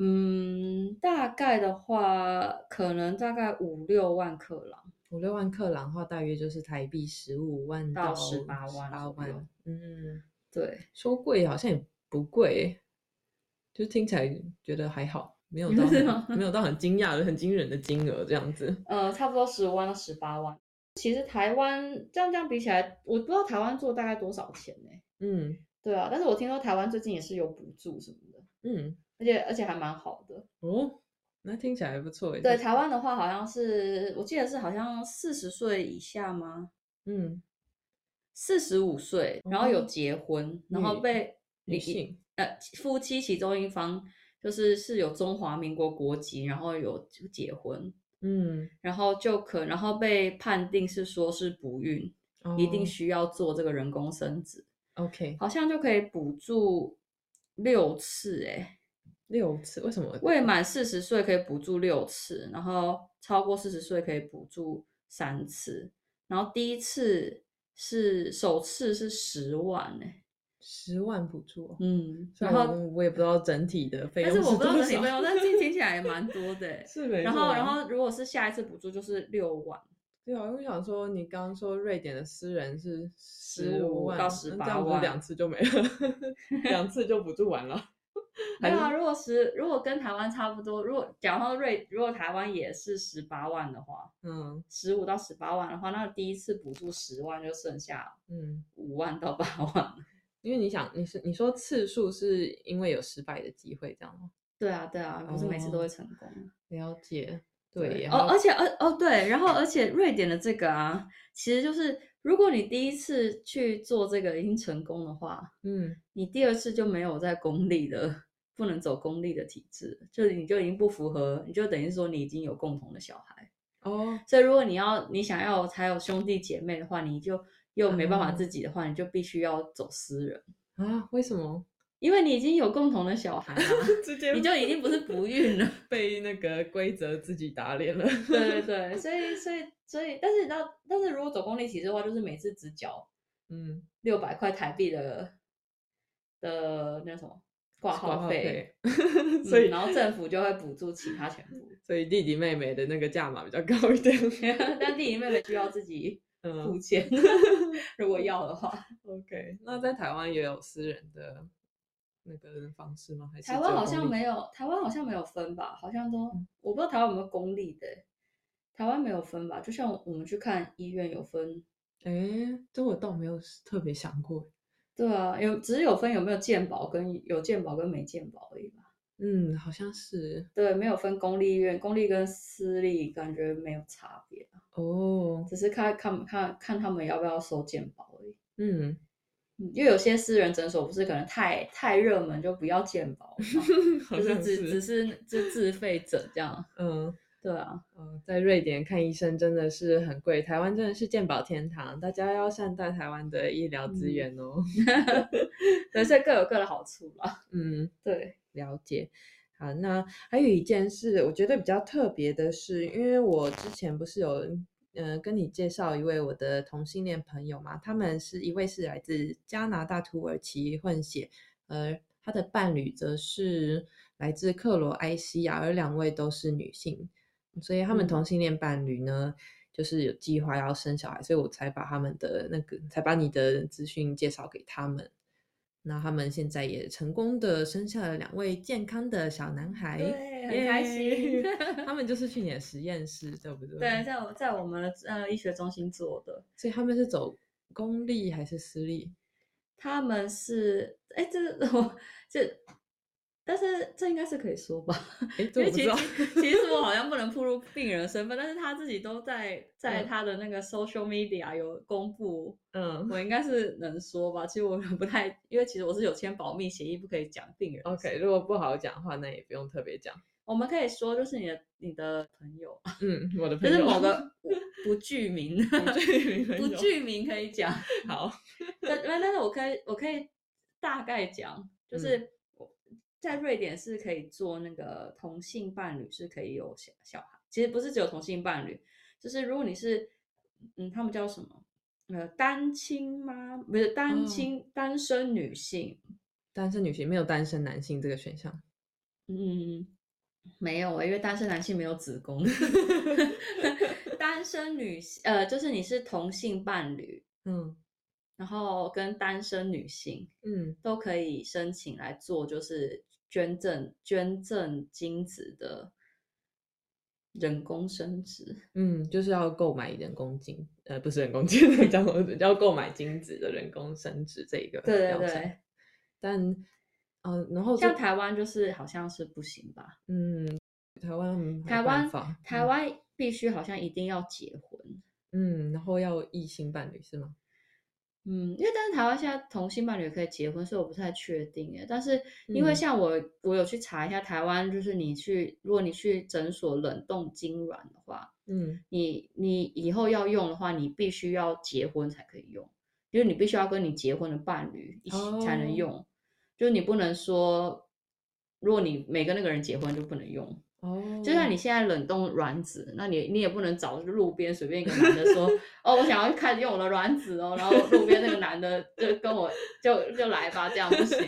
S2: 嗯，大概的话，可能大概五六万克朗，
S1: 五六万克朗的话，大约就是台币十五万
S2: 到
S1: 十
S2: 18万
S1: 八
S2: 左右
S1: 万，嗯。
S2: 对，
S1: 说贵好像也不贵耶，就听起来觉得还好，没
S2: [laughs]
S1: 有到
S2: 是
S1: 很
S2: 吗
S1: 没有到很惊讶的、很惊人的金额这样子。
S2: 呃，差不多十五万到十八万。其实台湾这样这样比起来，我不知道台湾做大概多少钱呢、
S1: 嗯
S2: 对啊，但是我听说台湾最近也是有补助什么的，
S1: 嗯，
S2: 而且而且还蛮好的。
S1: 哦，那听起来还不错耶。
S2: 对，
S1: 就，
S2: 台湾的话好像是，我记得是好像四十岁以下吗？
S1: 嗯，
S2: 四十五岁，然后有
S1: 哦
S2: 结婚，然后
S1: 女
S2: 被
S1: 女
S2: 一
S1: 性，
S2: 呃夫妻其中一方就是是有中华民国国籍，然后有就结婚，
S1: 嗯，
S2: 然后就可然后被判定是说是不孕，一定
S1: 哦
S2: 需要做这个人工生殖，
S1: OK
S2: 好像就可以补助六次、欸，诶，
S1: 六次，为什么？
S2: 未满四十岁可以补助六次，然后超过四十岁可以补助三次，然后第一次是首次是十万呢、欸
S1: 十万补助哦？
S2: 嗯，
S1: 虽
S2: 然
S1: 然
S2: 后
S1: 我我也不知道整体的费
S2: 但
S1: 用
S2: 是
S1: 多
S2: 我
S1: 少，。
S2: 不知道整体费用，但是听听起来也蛮多的、
S1: [laughs]
S2: 欸
S1: 是 [laughs] 没
S2: 然
S1: 错
S2: 后，然
S1: 啊
S2: 后如果是下一次补助就是六万，
S1: 对啊，我想说你刚刚说瑞典的私人是
S2: 15
S1: 万
S2: 到
S1: 那
S2: 18
S1: 这样不是
S2: 万
S1: 两次就没了， [laughs] 两次就补助完了。
S2: [laughs] 对
S1: 还
S2: 啊，如果十如果跟台湾差不多，如果假如瑞如果台湾也是十八万的话，
S1: 嗯
S2: 十五到十八万的话，那第一次补助十万就剩下
S1: 嗯，
S2: 五万到八万。
S1: 因为你想，你是你说次数是因为有失败的机会，这样吗？
S2: 对啊，对啊，不是每次都
S1: 哦
S2: 会成功。
S1: 了解，对，然
S2: 哦，
S1: 后
S2: 而且，而哦，对，然后，而且瑞典的这个啊，其实就是，如果你第一次去做这个已经成功的话，
S1: 嗯，
S2: 你第二次就没有在公立的，不能走公立的体制，就是你就已经不符合，你就等于说你已经有共同的小孩，
S1: 哦，
S2: 所以如果你要你想要还有兄弟姐妹的话，你就又没办法
S1: 哦
S2: 自己的话，你就必须要走私人，
S1: 啊，为什么
S2: 因为你已经有共同的小孩啦，
S1: 直接
S2: 你就已经不是不孕了。
S1: 被那个规则自己打脸了？
S2: [laughs] 对对对，所以所以所以，但是你知道，但是如果走公立体制的话，就是每次只缴
S1: [laughs] 嗯，
S2: 六百块台币的的那什么挂
S1: 挂
S2: 号
S1: 号
S2: 费， [laughs]
S1: 费，所
S2: 嗯
S1: 以
S2: 然后政府就会补助其 [laughs] 他全部。 [laughs]
S1: 所以弟弟妹妹的那个价码比较高一点。
S2: 但弟弟妹妹就要自己付
S1: 嗯
S2: 钱， [laughs] 如果要的 [laughs] 话。
S1: ，OK。那在台湾也有私人的那个方式吗？还是
S2: 台
S1: 只
S2: 湾
S1: 有
S2: 好
S1: 公
S2: 像
S1: 立
S2: 没有，台湾好像没有分吧？好像都我不知道台湾有没有公立的欸，台湾没有分吧？就像我们去看医院有分，
S1: 诶，这我倒没有特别想过。
S2: 对啊，有只是有分有没有健保跟有健保跟没健保而已吧。
S1: 嗯，好像是
S2: 对，没有分公立医院，公立跟私立感觉没有差别，啊
S1: 哦。
S2: 只是看看看看他们要不要收健保而已。
S1: 嗯， [laughs]
S2: 嗯因为有些私人诊所不是可能太太热门就不要健保嘛，
S1: [laughs] 好
S2: 就是
S1: 像
S2: 只只
S1: 是。
S2: 是自自费诊这样。
S1: 嗯
S2: 对啊， [laughs]
S1: 嗯，在瑞典看医生真的是很贵，台湾真的是健保天堂，大家要善待台湾的医疗资
S2: 嗯
S1: 源哦。 [laughs]
S2: 对，所以各有各的好处啦。
S1: 嗯，
S2: 对，
S1: 了解。好，啊那还有一件事，我觉得比较特别的是，因为我之前不是有嗯、呃跟你介绍一位我的同性恋朋友嘛，他们是一位是来自加拿大土耳其混血，呃，他的伴侣则是来自克罗埃西亚，而两位都是女性，所以他们
S2: 嗯
S1: 同性恋伴侣呢，就是有计划要生小孩，所以我才把他们的那个，才把你的资讯介绍给他们。那他们现在也成功的生下了两位健康的小男孩，
S2: 对很开
S1: 哎耶
S2: 心
S1: 他们就是去你的实验室，对不对？
S2: [laughs] 对，。啊在我在我们的呃医学中心做的，
S1: 所以他们是走公立还是私立？
S2: 他们是哎，这是 [laughs] 我这，但是这应该是可以说吧？
S1: 哎，
S2: [laughs] 因
S1: 这我
S2: 为
S1: 不
S2: 其
S1: 知
S2: 实
S1: 道。
S2: 其其实我好像不能暴露病人的身份，但是他自己都在在
S1: 嗯
S2: 他的那个 social media 有公布，
S1: 嗯
S2: 我应该是能说吧。其实我不太，因为其实我是有签保密协议，不可以讲病人的事。
S1: ，OK，如果不好讲的话，那也不用特别讲。
S2: 我们可以说就是你的你的朋友，
S1: 嗯，我的朋
S2: 就
S1: 友
S2: 是某个不不具名的
S1: 不具名朋
S2: 不
S1: 友
S2: 具名可以讲。
S1: 好，
S2: 但但但是我可以我可以大概讲，
S1: 嗯
S2: 就是我在瑞典是可以做那个同性伴侣是可以有小小孩，其实不是只有同性伴侣，就是如果你是嗯，他们叫什么？呃，单亲妈不是单
S1: 哦
S2: 亲、单身女性，
S1: 单身女性没有单身男性这个选项。
S2: 嗯，没有欸，因为单身男性没有子宫， [laughs] 单身女性呃，就是你是同性伴侣，
S1: 嗯
S2: 然后跟单身女性，
S1: 嗯
S2: 都可以申请来做，就是捐赠捐赠精子的人工生殖。
S1: 嗯，就是要购买人工精，呃，不是人工精，叫什么要购买精子的人工生殖这一个
S2: 对对
S1: 疗程
S2: 对，
S1: 但嗯、然后这
S2: 像台湾就是好像是不行吧？
S1: 嗯，台湾没有
S2: 台
S1: 办
S2: 湾
S1: 法嗯
S2: 台湾必须好像一定要结婚。
S1: 嗯，嗯然后要异性伴侣是吗？
S2: 嗯，因为但是台湾现在同性伴侣可以结婚，所以我不太确定诶。但是因为
S1: 嗯
S2: 像我，我有去查一下台湾，就是你去，如果你去诊所冷冻精卵的话，
S1: 嗯
S2: 你你以后要用的话，你必须要结婚才可以用，就是你必须要跟你结婚的伴侣一起才能
S1: 哦
S2: 用，就是你不能说，如果你没跟那个人结婚就不能用。
S1: 哦，
S2: 就像你现在冷冻卵子，那你你也不能找路边随便一个男的说， [laughs] 哦，我想要开始用我的卵子哦，然后路边那个男的就跟我就就来吧，这样不行。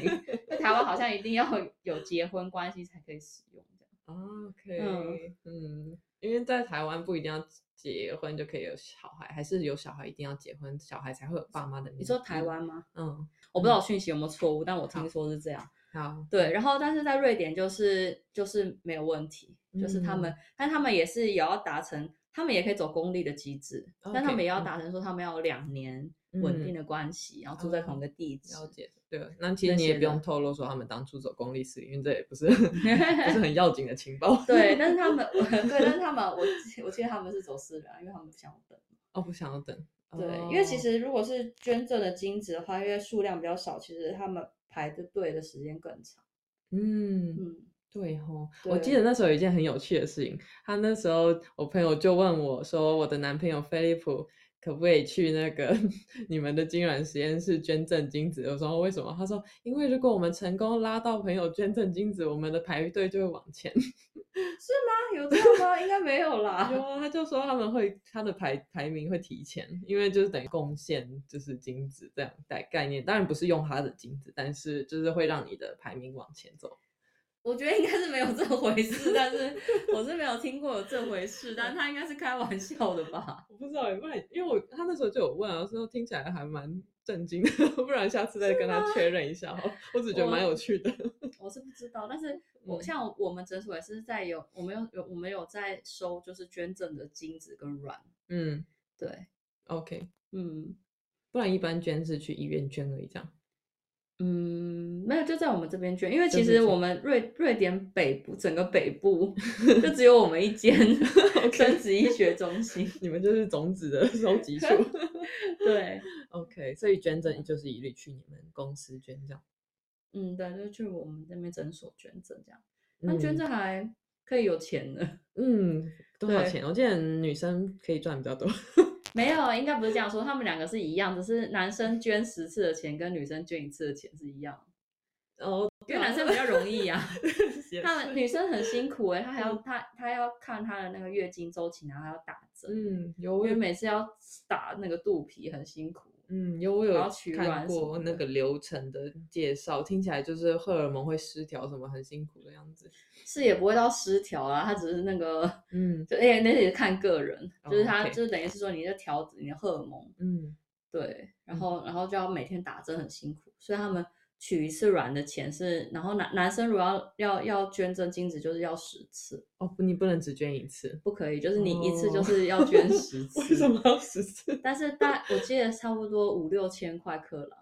S2: 在台湾好像一定要有结婚关系才可以使用这样。
S1: 哦 OK 嗯，因为在台湾不一定要结婚就可以有小孩，还是有小孩一定要结婚，小孩才会有爸妈的。
S2: 你说台？湾吗？
S1: 嗯，
S2: 我不知道我讯息有没有错误，但我
S1: 好
S2: 听说是这样。
S1: 好，
S2: 对，然后但是在瑞典就是就是没有问题，就是他
S1: 嗯
S2: 们，但他们也是也要达成，他们也可以走公立的机制，但他
S1: OK，
S2: 们也要
S1: 嗯
S2: 达成说他们要有两年稳定
S1: 嗯哦
S2: 的关系，然后住在同一个地址。
S1: 了解。对，啊那其实
S2: 那
S1: 你也
S2: 些
S1: 不用
S2: 的
S1: 透露说他们当初走公立私立，因为这也不
S2: [laughs]
S1: 是不是很要紧的情报。
S2: 对，但是他们， [laughs] 我对，但是他们，我记我记得他们是走私人啊，因为他们不想等。
S1: [laughs] 哦，不想要等。
S2: 对，因为其
S1: 哦
S2: 实如果是捐赠的精子的话，因为数量比较少，其实他们排的队的时间更长。
S1: 嗯，
S2: 嗯，
S1: 对吼，我记
S2: 对
S1: 得那时候有一件很有趣的事情，他那时候我朋友就问我说，我的男朋友菲利普可不可以去那个 [laughs] 你们的精卵实验室捐赠精子？我说为什么？他说因为如果我们成功拉到朋友捐赠精子，我们的排队就会往前。 [laughs]
S2: 啊，有这样吗？应该没有啦。 [laughs]
S1: 有啊，他就说他们会他的排排名会提前，因为就是等于贡献就是精子这样概概念，当然不是用他的精子，但是就是会让你的排名往前走。
S2: 我觉得应该是没有这回事，但是我是没有听过有这回事，但他应该是开玩笑的吧？
S1: 我不知道，欸不然因为我他那时候就有问啊，说听起来还蛮震惊的，不然下次再跟他确认一下好了。我只觉得蛮有趣的。 [laughs]
S2: 我是不知道，但是我
S1: 嗯
S2: 像我我们诊所也是在有我们有有我们有在收就是捐赠的精子跟卵，
S1: 嗯
S2: 对，
S1: ，OK，
S2: 嗯
S1: 不然一般捐是去医院捐而已，这
S2: [laughs]
S1: 样。
S2: 嗯，没有就在我们这边捐，因为其
S1: 真的
S2: 实
S1: 捐
S2: 我们瑞瑞典北部整个北 [laughs] 部就只有我们一 [laughs] 间生殖医学中 [laughs] 心，
S1: [laughs] 你们就是种子的收集
S2: [laughs]
S1: 处。
S2: 对，
S1: OK，所以捐赠就是一律去你们公司捐这样。
S2: 嗯对，就去我们那边诊所捐赠这样，那捐
S1: 嗯
S2: 赠还可以有钱呢。
S1: 嗯，多少
S2: 对
S1: 钱？我记得女生可以赚比较多。 [laughs]
S2: 没有，啊应该不是这样说，他们两个是一样，只是男生捐十次的钱跟女生捐一次的钱是一样，
S1: 哦，
S2: 因为男生比较容易呀、啊
S1: [laughs] 也
S2: 他们
S1: 是
S2: 女生很辛苦哎、她还要
S1: 嗯
S2: 她她要看她的那个月经周期，然后还要打针，
S1: 嗯，有我
S2: 因为
S1: 有
S2: 每次要打那个肚皮很辛苦。
S1: 嗯有我有
S2: 然后取
S1: 看
S2: 卵什
S1: 过
S2: 么
S1: 那
S2: 的
S1: 个流程的介绍，听起来就是荷尔蒙会失调，什么很辛苦的样子。
S2: 是也不会到失调啊，她只是那个，
S1: 嗯
S2: 就哎、那也是看个人，就是
S1: 哦
S2: 她、
S1: ，OK
S2: 就是等于是说你在调你的荷尔蒙，
S1: 嗯，
S2: 对，然
S1: 嗯
S2: 后然后就要每天打针，很辛苦。所以他们取一次卵的钱是，然后男男生如果要要要捐赠精子，就是要十次，
S1: 哦，不你不能只捐一
S2: [laughs]
S1: 次，
S2: 不可以，就是你一次就
S1: 哦
S2: 是要捐十
S1: [laughs]
S2: 次。
S1: 为什么？要十
S2: [laughs]
S1: 次？
S2: 但是大我记得差不多五六千块克朗，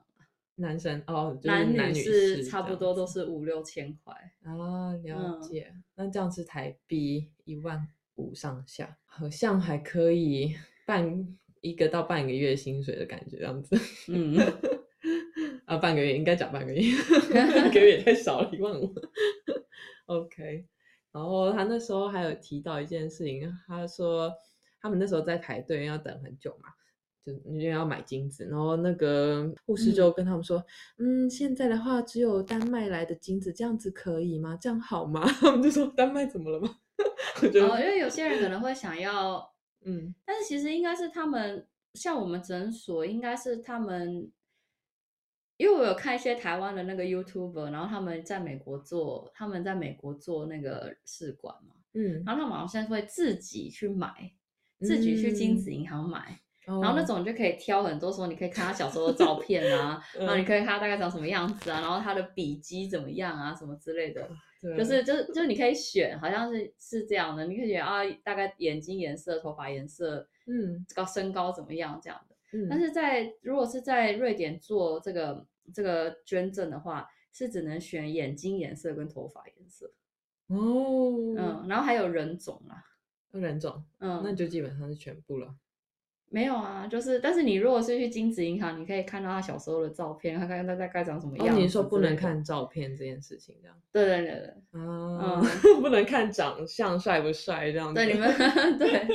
S1: 男生哦，就是
S2: 男
S1: 男
S2: 是
S1: 士
S2: 差
S1: 这
S2: 不
S1: 样
S2: 多
S1: 子
S2: 都是五六千
S1: [laughs]
S2: 块，
S1: 啊，了
S2: 嗯
S1: 解。那这样是台币一万五上下，好像还可以半一个到半个月薪水的感觉，这样子。
S2: 嗯，
S1: 啊，半个月应该讲半个月， [laughs] 半个月也太少了，一万五。OK，然后他那时候还有提到一件事情，他说他们那时候在排队要等很久嘛，就因为要买金子，然后那个护士就跟他们说，嗯现在的话只有丹麦来的金子，这样子可以吗？这样好吗？他们就说丹麦怎么了吗？ [laughs] 我觉得，
S2: 然后哦因为有些人可能会想要
S1: 嗯
S2: 但是其实应该是他们，像我们诊所应该是他们，因为我有看一些台湾的那个 YouTuber，然后他们在美国做，他们在美国做那个试管嘛，
S1: 嗯，
S2: 然后他们好像会自己去买，自己去精
S1: 嗯，
S2: 子
S1: 哦
S2: 银行买，
S1: 然
S2: 然后那种就可以挑很多时候，你可以看他小时候的照片啊，然后
S1: [laughs]
S2: 你
S1: 嗯
S2: 可以看他大概长什么样子啊，然后他的笔迹怎么样啊，什么之
S1: [laughs]
S2: 类的。
S1: 对
S2: 就是就是就是你可以选，好像是是这样的，你可以选啊，大概眼睛颜色、头发颜色，
S1: 嗯
S2: 高身高怎么样这样的。
S1: 嗯，
S2: 但是在如果是在瑞典做这个这个捐赠的话，是只能选眼睛颜色跟头发颜色，
S1: 哦，
S2: 嗯，然后还有人种啦，
S1: 人种。
S2: 嗯，
S1: 那就基本上是全部了。
S2: 没有啊，就是但是你如果是去精子银行，你可以看到他小时候的照片，看看他大概长什么
S1: 哦，
S2: 样、
S1: 你说不能？看照片这件事情，这样
S2: 对对对对。
S1: 啊， [laughs] 不能看长相帅不帅这样子。
S2: 嗯对
S1: [laughs]
S2: 你们对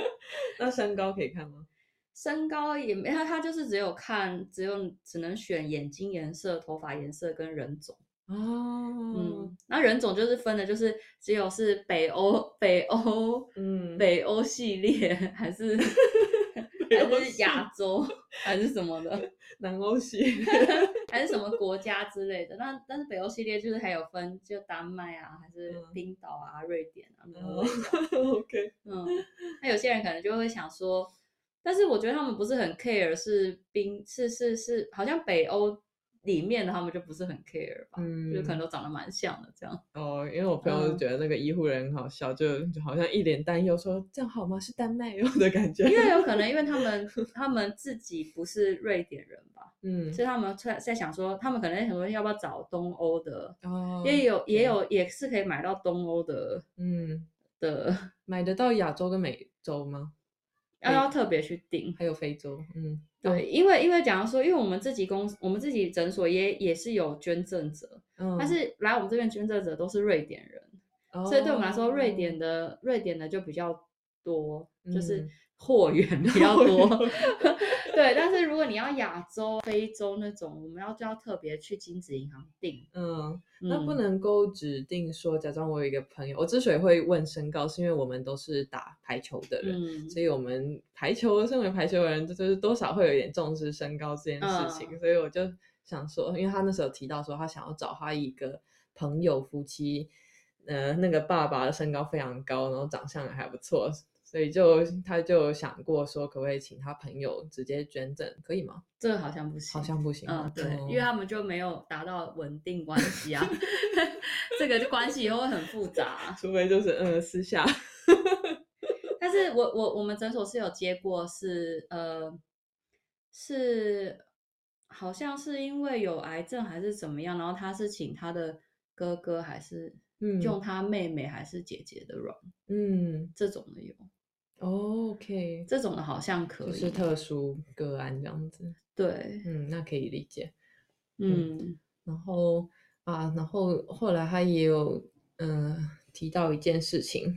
S1: 那身高可以看吗？
S2: 身高也没他，他就是只有看，只有只能选眼睛颜色、头发颜色跟人种。
S1: 哦，
S2: 嗯，那人种就是分的，就是只有是北欧、北欧、
S1: 嗯，
S2: 北欧系列，还是
S1: [laughs] 北欧
S2: 还是
S1: 系
S2: 亚洲，还是什么的，
S1: 南欧系， [laughs]
S2: 还是什么国家之类的。那但是北欧系列就是还有分，就丹麦啊，还是
S1: 嗯
S2: 冰岛啊、瑞典啊、挪
S1: 哦
S2: 威这样
S1: OK，
S2: 嗯，那有些人可能就会想说，但是我觉得他们不是很 care，是冰是是是，好像北欧里面的他们就不是很 care 吧，就是可
S1: 嗯
S2: 能都长得蛮像的这样。
S1: 哦，因为我朋友就
S2: 嗯
S1: 觉得那个医护人很好笑，就就好像一脸担忧说这样好吗？是丹麦哟的感觉
S2: 因。为有可能，因为他们他们自己不是瑞典人吧，
S1: 嗯，
S2: 所以他们在在想说，他们可能在想说要不要找东欧的，
S1: 哦，
S2: 也有也
S1: 对
S2: 有也是可以买到东欧的
S1: 嗯，
S2: 的，
S1: 买得到亚洲跟美洲吗？
S2: 要
S1: 哎
S2: 要特别去订。
S1: 还有非洲？嗯，
S2: 对，因为因为假如说，因为我们自己公司，我们自己诊所也也是有捐赠者，
S1: 嗯，
S2: 但是来我们这边捐赠者都是瑞典人，所以对我
S1: 哦
S2: 们来说，瑞典的瑞典的就比较多，就是
S1: 嗯
S2: 货源比较
S1: 货
S2: 多 [laughs]
S1: 源。
S2: 对，但是如果你要亚洲、非洲那种，我们要就要特别去金子银行订。
S1: 嗯。那不
S2: 嗯，
S1: 能够指定说，假装我有一个朋友，我之所以会问身高，是因为我们都是打排球的人，
S2: 嗯，
S1: 所以我们排球身为排球的人，就就是多少会有一点重视身高这件事情，
S2: 嗯
S1: 所以我就想说，因为他那时候提到说他想要找他一个朋友夫妻。呃，那个爸爸的身高非常高，然后长相也还不错，所以就他就想过说，可不可以请他朋友直接捐赠，可以吗？
S2: 这个好像不行，
S1: 好像不行啊。
S2: 嗯，对，
S1: 哦
S2: 因为他们就没有达到稳定关系
S1: [laughs]
S2: 啊，这个就关系以后会很复杂啊、
S1: 除非就是嗯私下，
S2: 但是我我我们诊所是有接过是呃是好像是因为有癌症还是怎么样，然后他是请他的哥哥还是
S1: 嗯
S2: 用他妹妹还是姐姐的卵，
S1: 嗯哦
S2: 这种的有，
S1: ，OK，
S2: 这种的好像可以，
S1: 就是特殊个案这样子，
S2: 对，
S1: 嗯，那可以理解。嗯
S2: 嗯
S1: 然后啊，然后后来他也有嗯、呃提到一件事情，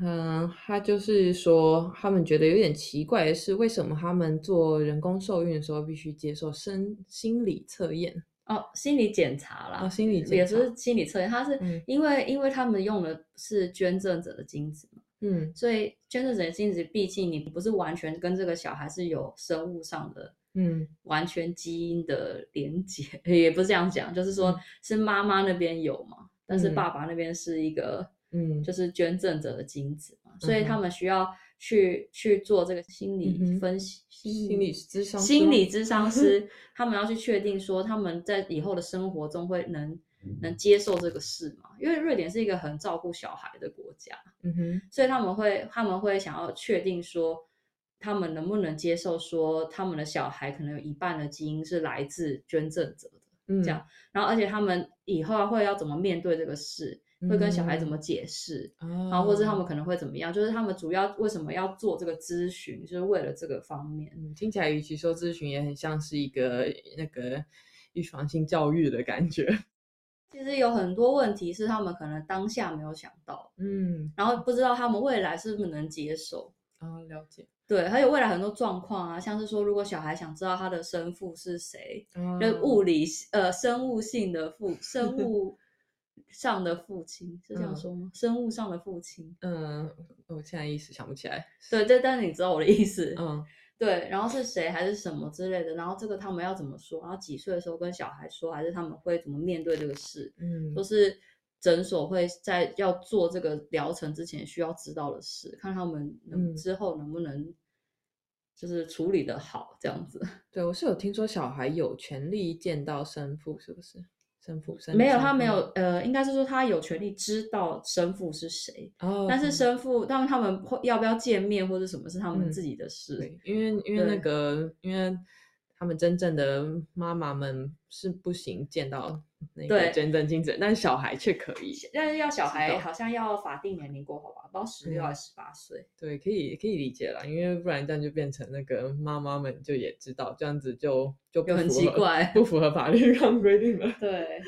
S1: 嗯、他就是说他们觉得有点奇怪的是，为什么他们做人工受孕的时候必须接受身心理测验
S2: 哦，心理检查啦，
S1: 啊？心理检
S2: 也
S1: 查，
S2: 是心理测验，他是
S1: 嗯
S2: 因为、因为他们用的是捐赠者的精子嘛，
S1: 嗯
S2: 所以捐赠者的精子，毕竟你不是完全跟这个小孩是有生物上的
S1: 嗯
S2: 完全基因的连接， [laughs] 也不是这样讲，就是说
S1: 嗯
S2: 是妈妈那边有嘛，但是
S1: 嗯
S2: 爸爸那边是一个
S1: 嗯，
S2: 就是捐赠者的精子嘛，所以
S1: 嗯
S2: 他
S1: 哼
S2: 们需要去去做这个心
S1: 嗯
S2: 理
S1: 哼
S2: 分析、
S1: 心理智商，
S2: 心理，咨商师，他们要去确定说他们在以后的生活中会能能接受这个事嘛？因为瑞典是一个很照顾小孩的国家，
S1: 嗯哼，
S2: 所以他们会他们会想要确定说他们能不能接受说他们的小孩可能有一半的基因是来自捐赠者的，
S1: 嗯，
S2: 这样，然后而且他们以后啊会要怎么面对这个事，会跟小孩
S1: 嗯
S2: 怎么解释，
S1: 啊，
S2: 然后或者他们可能会怎么样，就是他们主要为什么要做这个咨询，就是为了这个方面。
S1: 嗯，听起来与其说咨询，也很像是一个那个预防性教育的感觉， [laughs]
S2: 其实有很多问题是他们可能当下没有想到，
S1: 嗯，
S2: 然后不知道他们未来是不是能接受。
S1: 啊，了解，
S2: 对，还有未来很多状况啊，像是说，如果小孩想知道他的生父是谁，
S1: 啊
S2: 就是物理呃生物性的父，
S1: [laughs]
S2: 生物上的父亲是这样
S1: 嗯
S2: 说吗？生物上的父亲，
S1: 嗯，我现在一时想不起来。
S2: 对，这但是你知道我的意思， [laughs]
S1: 嗯
S2: 对，然后是谁还是什么之类的，然后这个他们要怎么说，然后几岁的时候跟小孩说，还是他们会怎么面对这个事，
S1: 嗯
S2: 都是诊所会在要做这个疗程之前需要知道的事，看他们能
S1: 嗯
S2: 之后能不能就是处理的好这样子。
S1: 对我是有听说小孩有权利见到生父，是不是？生父生
S2: 没有，
S1: 生
S2: 他没
S1: 父
S2: 有，呃，应该是说他有权利知道生父是谁，
S1: 哦，
S2: 但是
S1: 嗯
S2: 生父，但他们会要不要见面或者什么是他们
S1: 嗯
S2: 自己的事。
S1: 对，因为因为
S2: 对
S1: 那个因为他们真正的妈妈们是不行见到那个
S2: 对
S1: 捐赠精子，但小孩却可以。
S2: 但是要小
S1: 知
S2: 孩
S1: 道啊
S2: 好像要法定年龄过后吧，不知道十六还是十八岁。
S1: 对，可以可以理解啦，因为不然这样就变成那个妈妈们就也知道，这样子就就不
S2: 就很
S1: 符
S2: 奇
S1: 合
S2: 怪
S1: 不符合法律上规定
S2: [laughs]
S1: 了。
S2: 对，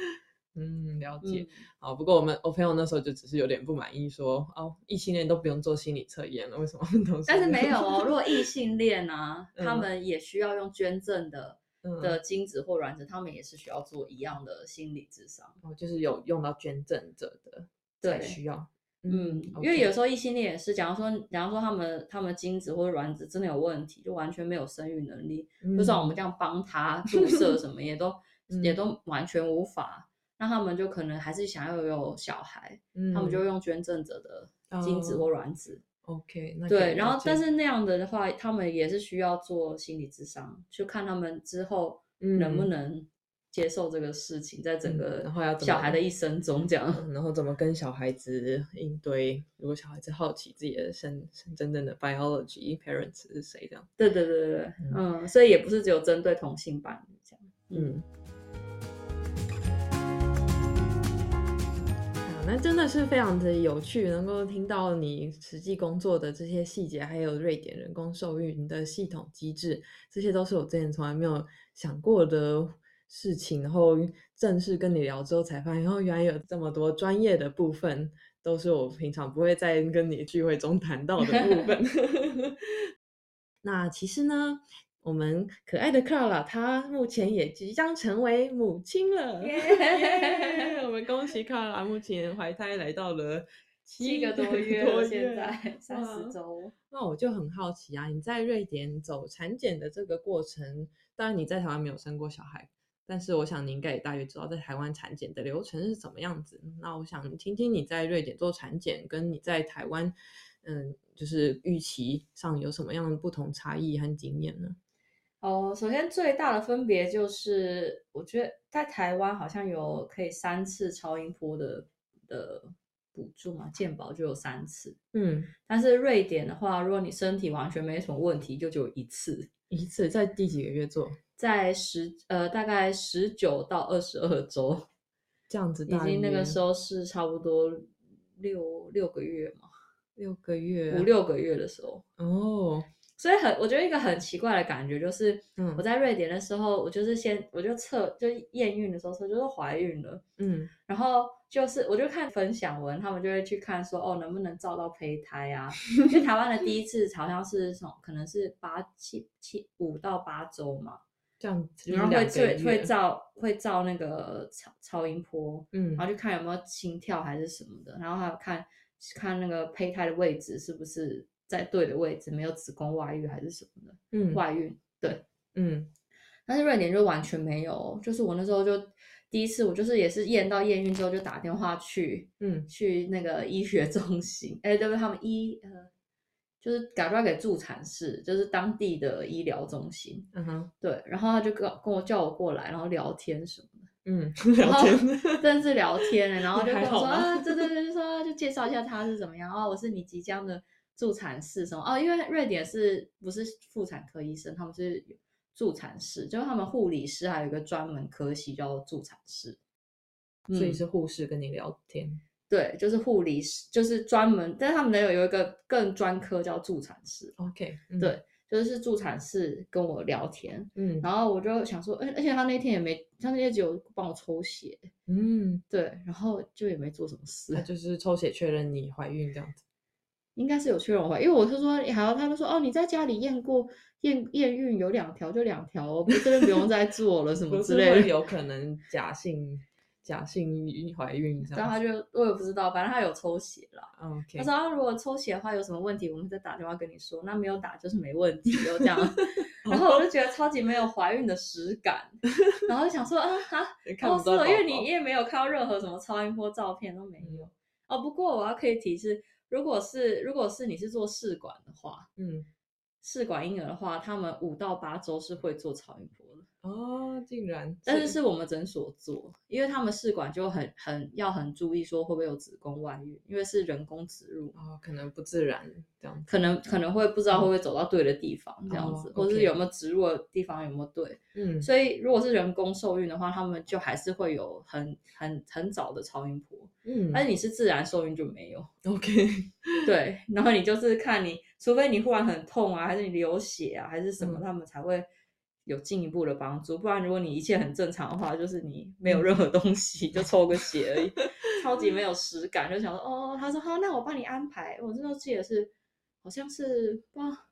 S1: 嗯，了 [laughs] 解。
S2: 嗯，
S1: 好，不过我们我朋友那时候就只是有点不满意说，哦，异性恋都不用做心理测验了，为什么他们都
S2: 但是没有哦，如果异性恋啊，他
S1: 嗯
S2: 们也需要用捐赠的
S1: [laughs] 嗯
S2: 的精子或卵子，他们也是需要做一样的心理智商。
S1: 哦，就是有用到捐赠者的才
S2: 对
S1: 需要，
S2: 嗯，因为有时候异性恋也是，假如说，假如说他们他们精子或者卵子真的有问题，就完全没有生育能力，
S1: 有
S2: 就算我们这样帮他注射什么，也
S1: [laughs]
S2: 都、也
S1: 嗯
S2: 都完全无法。那他们就可能还是想要有小孩，他们就用捐赠者的精
S1: 嗯
S2: 子
S1: 哦
S2: 或卵子。
S1: OK，那可
S2: 对，
S1: 以
S2: 然
S1: 了
S2: 后但
S1: 解
S2: 是那样的话，他们也是需要做心理智商，就看他们之后能不
S1: 嗯
S2: 能接受这个事情，在整
S1: 嗯
S2: 个
S1: 然后要怎
S2: 小
S1: 么
S2: 孩的一生中这样。
S1: 嗯然后怎么跟小孩子应对？如果小孩子好奇自己的生生真正的 biology parents 是谁这样，
S2: 对对对对对，嗯，所以也不是只有针对同性伴侣这样。
S1: 嗯。啊那真的是非常的有趣，能够听到你实际工作的这些细节，还有瑞典人工受孕的系统机制，这些都是我之前从来没有想过的事情。然后正式跟你聊之后，才发现哦，原来有这么多专业的部分，都是我平常不会在跟你聚会中谈到的部分。 [laughs] 那其实呢，我们可爱的 Clara 她目前也即将成为母亲了。耶！ [laughs] 我们恭喜卡拉目前怀胎来到了
S2: 七个多月了，现。在 [laughs] 三十
S1: 哇
S2: 周。
S1: 那我就很好奇啊，你在瑞典走产检的这个过程，当然你在台湾没有生过小孩，但是我想你应该也大约知道在台湾产检的流程是怎么样子。那我想听听你在瑞典做产检，跟你在台湾，嗯，就是预期上有什么样的不同差异和经验呢？
S2: 哦，首先最大的分别就是，我觉得在台湾好像有可以三次超音波的的补助嘛，健保就有三次。
S1: 嗯，
S2: 但是瑞典的话，如果你身体完全没什么问题，就只有一次，
S1: 一次在第几个月做？
S2: 在十呃大概十九到二十二周，
S1: 这样子
S2: 已
S1: 大
S2: 经那
S1: 约
S2: 个时候是差不多六六个月嘛，
S1: 六个月，啊
S2: 五六个月的时候。
S1: 哦，
S2: 所以很，我觉得一个很奇怪的感觉就是，
S1: 嗯
S2: 我在瑞典的时候，我就是先我就测就验孕的时候测就是怀孕了，
S1: 嗯
S2: 然后就是我就看分享文，他们就会去看说哦能不能照到胚胎啊，因为台湾的第一次好像是什么可能是八七七五到八周嘛，
S1: 这样子就是
S2: 然后会
S1: 两个
S2: 会会
S1: 月
S2: 照会照那个超超音波，
S1: 嗯
S2: 然后就看有没有心跳还是什么的，然后还有看看那个胚胎的位置是不是在对的位置，没有子宫外孕还是什么的。
S1: 嗯
S2: 外孕，
S1: 嗯
S2: 但是瑞典就完全没有。就是我那时候就第一次，我就是也是验到验孕之后，就打电话去
S1: 嗯
S2: 去那个医学 [laughs] 中心，哎，对不对？他们医呃，就是打电话给助产士，就是当地的医疗中心。
S1: 嗯哼
S2: 对，然后他就跟跟我叫我过来，然后聊天什么的，
S1: 嗯， [laughs]
S2: 然
S1: 聊
S2: 后
S1: 天
S2: 真是聊天欸了，然后
S1: 你
S2: 就
S1: 还
S2: 跟
S1: 好
S2: 我说
S1: 吗
S2: 啊，对对对，就说啊就介绍一下他是怎么样哦，我是你即将的助产士什么哦，因为瑞典是不是妇产科医生，他们是有助产士，就是他们护理师还有一个专门科系叫助产士，嗯
S1: 所以是护士跟你聊天，
S2: 对，就是护理师，就是专门，但是他们有有一个更专科叫助产士，
S1: OK，嗯
S2: 对就是助产士跟我聊天，
S1: 嗯
S2: 然后我就想说，而而且他那天也没，他那天只有帮我抽血，
S1: 嗯，
S2: 对，然后就也没做什么事
S1: 那，就是抽血确认你怀孕这样子，
S2: 应该是有确认怀，因为我是说，还有他就说，哦，你在家里验过验验孕有两条就两条哦，不这边不用再做了什么
S1: 不
S2: 之
S1: 是
S2: 类
S1: 会
S2: 的。
S1: 有可能假性假性怀孕这
S2: 然后
S1: 样子
S2: 他就我也不知道，反正他有抽血啦。
S1: ，OK，
S2: 他啊说、啊、如果抽血的话有什么问题，我们再打电话跟你说。那没有打就是没问题，
S1: [laughs]
S2: 就这样。然后我就觉得超级没有怀孕的实
S1: [laughs]
S2: 感，然后就想说啊啊，
S1: 看
S2: 哦，
S1: 不
S2: 是
S1: 到
S2: 哦，因
S1: 宝
S2: 为
S1: 宝嗯
S2: 你也没有看到任何什么超音波照片都没有。哦，不过我要可以提示，如果是如果是你是做试管的话，
S1: 嗯
S2: 试管婴儿的话，他们五到八周是会做超音波的，
S1: 哦，竟然，
S2: 但是是我们诊所做，因为他们试管就很很要很注意说会不会有子宫外孕，因为是人工植入嘛，
S1: 哦，可能不自然这样子，
S2: 可能可能会不知道会不会走到对的地方这样子，
S1: 哦
S2: 或是
S1: OK
S2: 有没有植入的地方有没有对，
S1: 嗯
S2: 所以如果是人工受孕的话，他们就还是会有很很很早的超音波，
S1: 嗯
S2: 但是你是自然受孕就没有，
S1: ，OK， [laughs]
S2: 对，然后你就是看你，除非你忽然很痛啊，还是你流血啊，还是什么，
S1: 嗯
S2: 他们才会有进一步的帮助。不然，如果你一切很正常的话，就是你没有任何东西，就抽个血而已，超级没有实感，就想说哦，他说好，那我帮你安排。我那时候记得是好像是哇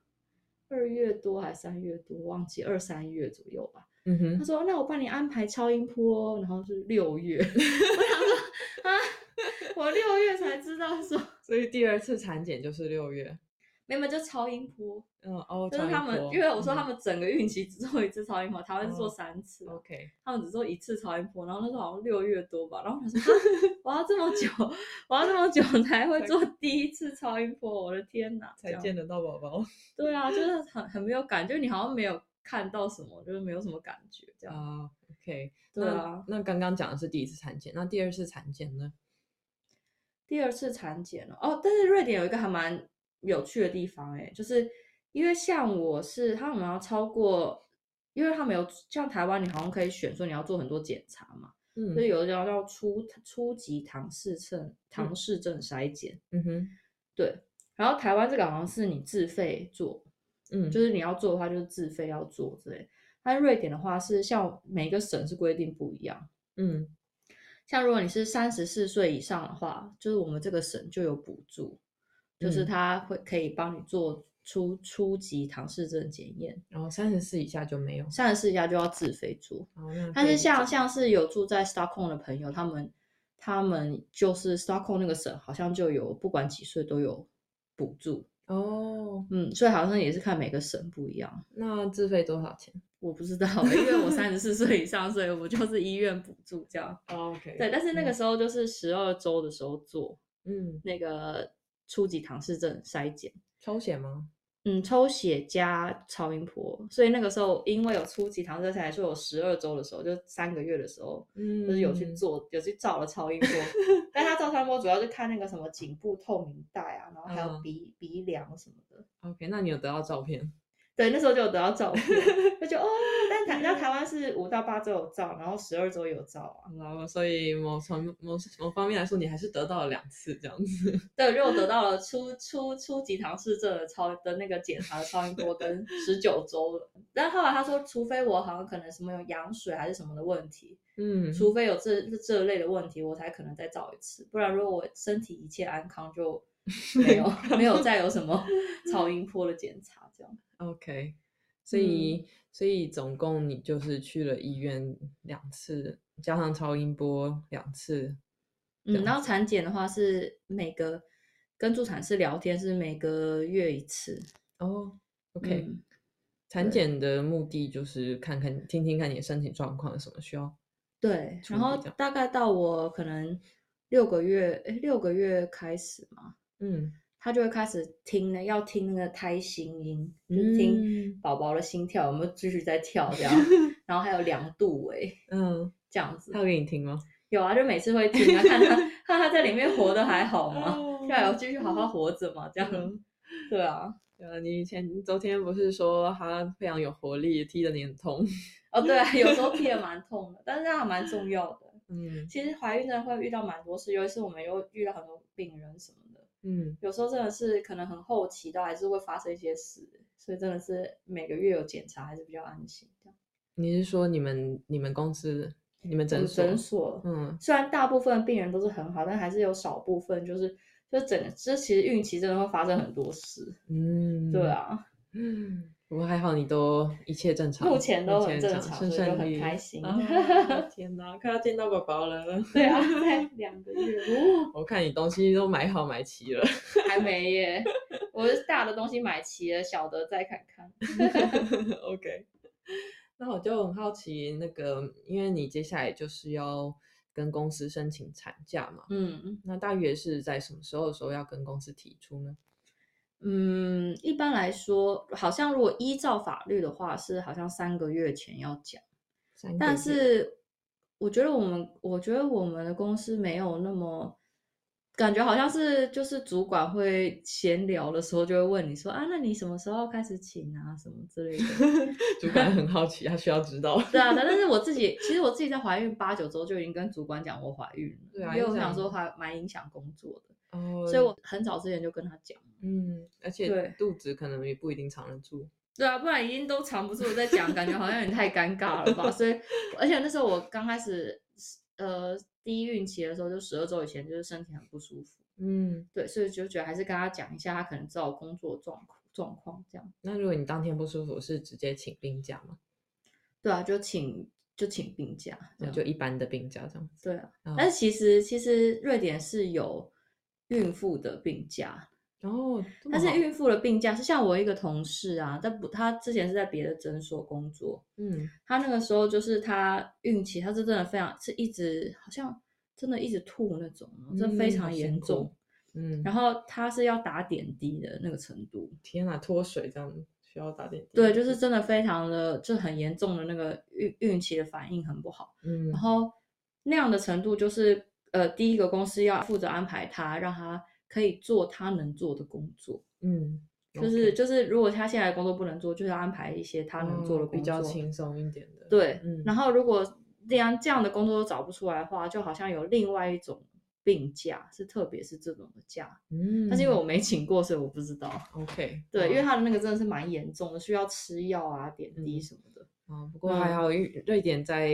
S2: 二月多还是三月多，忘记二三月左右吧。
S1: 嗯
S2: 他
S1: 哼，
S2: 说：“那我帮你安排超音波哦。”然后是六月， [laughs] 我想说啊，我六月才知道说
S1: 所以第二次产检就是六月，
S2: 没有，没有就超音波，
S1: 嗯哦，
S2: 就是他们，因为我说他们整个孕期只做一次超音波，台湾是做
S1: 嗯哦
S2: 三次，
S1: OK，
S2: 他们只做一次超音波，然后那时候好像六月多吧，然后我想说，啊我要这么久， [laughs] 我要这
S1: [laughs]
S2: 么久才会做第一次超音波，我的天哪！这
S1: 才
S2: 样
S1: 见得到宝宝
S2: 对啊，就是很很没有感觉，你好像没有看到什么，就是没有什么感觉这样。
S1: 啊，OK，
S2: 对
S1: 那
S2: 啊，
S1: 那刚刚讲的是第一次产检，那第二次产检呢？
S2: 第二次产检了哦，但是瑞典有一个还蛮有趣的地方诶，就是因为像我是他们要超过，因为他们有像台湾，你好像可以选说你要做很多检查嘛，
S1: 嗯
S2: 所以有的叫叫初初级唐氏症唐氏症筛检，
S1: 嗯哼，
S2: 对。然后台湾这个好像是你自费做，
S1: 嗯，
S2: 就是你要做的话就是自费要做之类。但瑞典的话是像每个省是规定不一样，
S1: 嗯
S2: 像如果你是三十四岁以上的话，就是我们这个省就有补助，就
S1: 嗯
S2: 是他会可以帮你做初初级唐氏症检验，
S1: 然后哦三十四以下就没有，
S2: 三十四以下就要自费做。
S1: 哦那
S2: 但
S1: 可以
S2: 是
S1: 理
S2: 像
S1: 解
S2: 像是有住在 Stockholm 的朋友，他们他们就是 Stockholm 那个省好像就有不管几岁都有补助，
S1: 哦，
S2: 嗯，所以好像也是看每个省不一样。
S1: 那自费多少钱？
S2: 我不知道欸，因为我三十四岁以上，所以我就是医院补助
S1: [laughs]
S2: 这样。
S1: OK，
S2: 对，但是那个
S1: 嗯
S2: 时候就是十二周的时候做
S1: 嗯，
S2: 那个初级唐氏症筛检，
S1: 抽血吗？
S2: 嗯，抽血加超音波，所以那个时候因为有初级唐氏症筛检，所以我十二周的时候，就三个月的时候，
S1: 嗯
S2: 就是有去做，有去照了超音波。但他照超音波主要是看那个什么颈部透明带啊，然后还有
S1: 嗯
S2: 鼻、鼻梁什么的。
S1: OK，那你有得到照片？
S2: 对，那时候就有得到
S1: [laughs]
S2: 照片，就觉得哦，但台
S1: 嗯
S2: 那台湾是五到八周有照，然后十二周有照啊。
S1: 然后，所以某从某某方面来说，你还是得到了两次这样子。
S2: 对，我就有得到了初初初级唐氏症的超的那个检查的超
S1: [laughs]
S2: 音波跟十九周了。但后来他说，除非我好像可能什么有羊水还是什么的问题，
S1: 嗯，
S2: 除非有这这类的问题，我才可能再照一次。不然如果我身体一切安
S1: [laughs]
S2: 康，就没有没有再有什么超音波的检查这样。
S1: OK，所以、所以总共你就是去了医院两次，加上超音波两次。这
S2: 嗯，
S1: 样
S2: 然后产检的话是每个跟助产士聊天是每个月一次。
S1: 哦，OK，、
S2: 嗯
S1: 产
S2: 对
S1: 检的目的就是看看听听看你的身体状况有什么需要。
S2: 对，
S1: 处
S2: 然后
S1: 理这样
S2: 大概到我可能六个月，诶，六个月开始嘛，
S1: 嗯，
S2: 他就会开始听呢，要听那个胎心音，就是听
S1: 嗯
S2: 宝宝的心跳有没有继续在跳这样，
S1: [laughs]
S2: 然后还有量度诶，
S1: 嗯，
S2: 这样子
S1: 他。有给你听吗？
S2: 有啊，就每次会听啊，看他看他在里面活得还好
S1: [laughs]
S2: 吗？
S1: 哦
S2: 要有继续好好活着嘛，这样。
S1: 嗯
S2: 对啊，
S1: 对啊，你以前你昨天不是说他非常有活力，踢得你很痛。 [laughs]
S2: 哦对啊，有时候踢也蛮痛的，但是那还蛮重要的。
S1: 嗯
S2: 其实怀孕真的会遇到蛮多事，尤其是我们又遇到很多病人什么的。
S1: 嗯，
S2: 有时候真的是可能很后期都还是会发生一些事，所以真的是每个月有检查还是比较安心。这样
S1: 你是说你们你们公司你们
S2: 我
S1: 诊
S2: 们
S1: 所？
S2: 诊所，
S1: 嗯
S2: 虽然大部分病人都是很好，但还是有少部分就是就整个这其实孕期真的会发生很多事。
S1: 嗯，
S2: 对。啊，
S1: 嗯，不过还好你都一切正常，
S2: 目前都很
S1: 一切
S2: 正
S1: 正
S2: 常
S1: 顺
S2: 所以就
S1: 顺
S2: 很
S1: 利
S2: 开心
S1: 啊 [laughs] 天哪，快要见到宝宝了！
S2: 对啊，在两个月哦
S1: [laughs] 我看你东西都买好买齐了。
S2: 还没耶，我是大的东西买齐了，小的再看看。
S1: [laughs] OK，那我就很好奇，那个因为你接下来就是要跟公司申请产假嘛，
S2: 嗯
S1: 那大约是在什么时候的时候要跟公司提出呢？
S2: 嗯，一般来说，好像如果依照法律的话，是好像三个月前要讲。
S1: 三个
S2: 但
S1: 月
S2: 是我觉得我们，我觉得我们的公司没有那么，感觉好像是就是主管会闲聊的时候就会问你说啊，那你什么时候开始请啊，什么之类的。
S1: 主管很好奇，他需要知道。
S2: 对啊，但是我自己其实我自己在怀孕八九周就已经跟主管讲我怀孕了，
S1: 对啊
S2: 因为
S1: 影
S2: 我想
S1: 响
S2: 说还蛮影响工作的，
S1: 哦，
S2: [laughs] 所以我很早之前就跟他讲。
S1: 嗯，而且
S2: 对
S1: 肚子可能也不一定藏得住。
S2: 对啊，不然已经都藏不住在讲，感觉好像有点太尴尬了吧？所以，而且那时候我刚开始，呃，第一孕期的时候，就十二周以前，就是身体很不舒服，
S1: 嗯，
S2: 对，所以就觉得还是跟他讲一下，他可能知道我工作状况状况这样，
S1: 那如果你当天不舒服，是直接请病假吗？
S2: 对啊，就请就请病假
S1: 那
S2: 这样，
S1: 嗯就一般的病假这样子。
S2: 对啊。
S1: 嗯
S2: 但是其实其实瑞典是有孕妇的病假，
S1: 哦，这么
S2: 但是
S1: 好
S2: 孕妇的病假是像我一个同事啊，但不，他之前是在别的诊所工作，
S1: 嗯
S2: 她那个时候就是她孕期，她是真的非常是一直好像真的一直吐那种，这非
S1: 嗯好
S2: 常
S1: 辛
S2: 严
S1: 苦
S2: 重。
S1: 嗯，
S2: 然后她是要打点滴的那个程度，
S1: 天哪，脱水这样需要打点滴。
S2: 对，就是真的非常的就很严重的那个孕孕期的反应很不好。
S1: 嗯，
S2: 然后那样的程度就是呃，第一个公司要负责安排她，让她可以做她能做的工作。
S1: 嗯，
S2: 就是
S1: 就
S2: 就是，如果她现在的工作不能做，就是要安排一些她能做的嗯工作，
S1: 哦比较轻松一点的。，
S2: 对，
S1: 嗯
S2: 然后如果这样这样的工作都找不出来的话，就好像有另外一种病假，是特别是这种的假，
S1: 嗯，
S2: 但是因为我没请过，所以我不知道。
S1: OK，
S2: 对，因为
S1: 啊
S2: 他的那个真的是蛮严重的，需要吃药啊、点滴
S1: 嗯
S2: 什么的。
S1: 啊，不过还
S2: 嗯
S1: 好，瑞瑞典在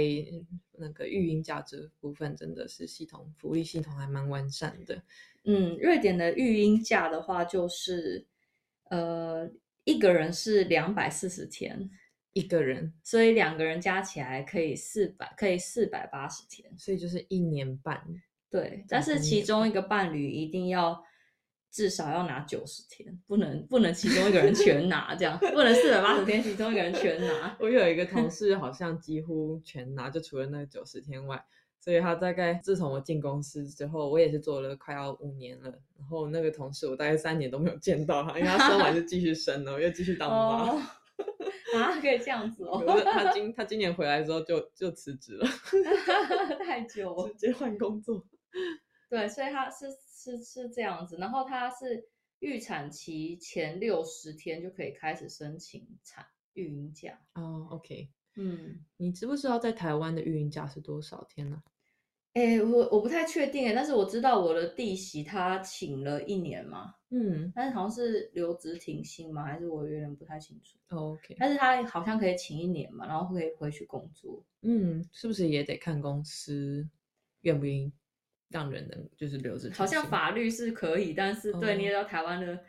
S1: 那个育婴假这部分真的是系统福利系统还蛮完善的。
S2: 嗯，瑞典的育婴假的话，就是呃一个人是两百四十天，
S1: 一个人，
S2: 所以两个人加起来可以四百，可以四百八十天。
S1: 所以就是一年半。
S2: 对，但
S1: 总
S2: 是
S1: 共
S2: 其
S1: 也
S2: 中一个伴侣一定要至少要拿九十天，不能不能其中一个人 [laughs] 全拿，这样不能四百八十天其中一个人全 [laughs] 拿。
S1: 我有一个同事好像几乎全拿，就除了那九十天外，所以他大概自从我进公司之后，我也是做了快要五年了。然后那个同事我大概三年都没有见到他，因为他生完就继续生了，我又继续当妈。
S2: 哦，啊，可以这样子哦，
S1: 可是他今 [laughs] 他今年回来之后就就辞职了，
S2: [laughs] 太久了
S1: 直。接换工作。
S2: 对，所以他是是是这样子，然后他是预产期前六十天就可以开始申请产育婴假。
S1: 哦，OK、o k
S2: 嗯，
S1: 你知不知道在台湾的育婴假是多少天呢、
S2: 诶，我我不太确定诶，但是我知道我的弟媳她请了一年嘛，
S1: 嗯
S2: 但是好像是留职停薪嘛，还是我有点不太清楚。
S1: 哦，OK，
S2: 但是她好像可以请一年嘛，然后可以回去工作。
S1: 嗯，是不是也得看公司愿不愿意让人能就是留着？
S2: 好像法律是可以，但是对，
S1: 哦
S2: 你也知道台湾的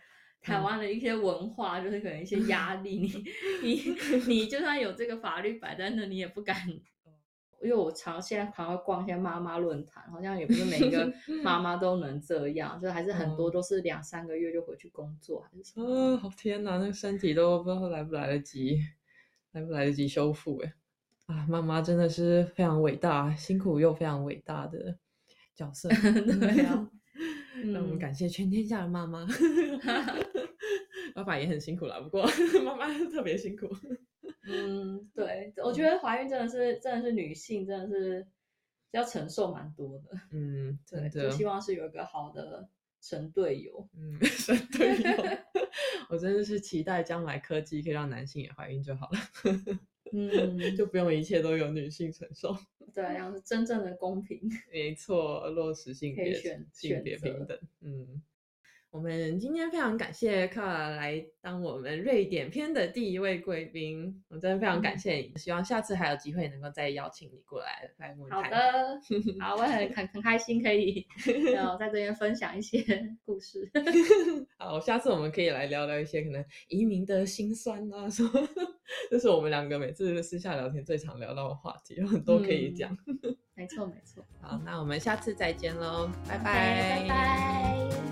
S2: 台
S1: 嗯
S2: 湾的一些文化，就是可能一些压力，
S1: [laughs]
S2: 你你你就算有这个法律摆在那，你也不敢。
S1: 哦
S2: [laughs] 因为我常现在常会逛一些妈妈论坛，好像也不是每一
S1: [laughs]
S2: 个妈妈都能这样，就还是很多
S1: 哦
S2: 都是两三个月就回去工作，还是什么。
S1: 啊，好天哪，那个身体都不知道来不来得及，来不来得及修复哎。啊，妈妈真的是非常伟大，辛苦又非常伟大的角色。
S2: 对啊，
S1: 让我们
S2: 嗯
S1: 感谢全天下的妈
S2: [laughs]
S1: 妈。爸爸也很辛苦啦，不过妈妈特别
S2: [laughs]
S1: 辛苦。
S2: 嗯，对，我觉得怀孕真的是真的是女性真的是要承受蛮多的，
S1: 嗯，真
S2: 对，
S1: 的
S2: 就。希望是有一个好的神队友。
S1: 嗯，神队友，我真的是期待将来科技可以让男性也怀孕就好了，
S2: 嗯，
S1: 就不用一切都由女性承受。
S2: [laughs] 对，然后是真正的公平。
S1: 没错，落实性
S2: 可以
S1: 别
S2: 选
S1: 性
S2: 选
S1: 别平
S2: 择
S1: 等。嗯，我们今天非常感谢克拉来当我们瑞典篇的第一位贵宾，我真的非常感
S2: 嗯
S1: 谢你，希望下次还有机会能够再邀请你过来来我们
S2: 好
S1: 谈谈。
S2: 的，好，我很很很开心可以呃在这边分享一些故事。 [laughs]
S1: 好，下次我们可以来聊聊一些可能移民的辛酸啊，什么，这是我们两个每次私下聊天最常聊到的话题，有很多可以讲。
S2: 没错，没错。
S1: 好，那我们下次再见喽，拜
S2: 拜拜。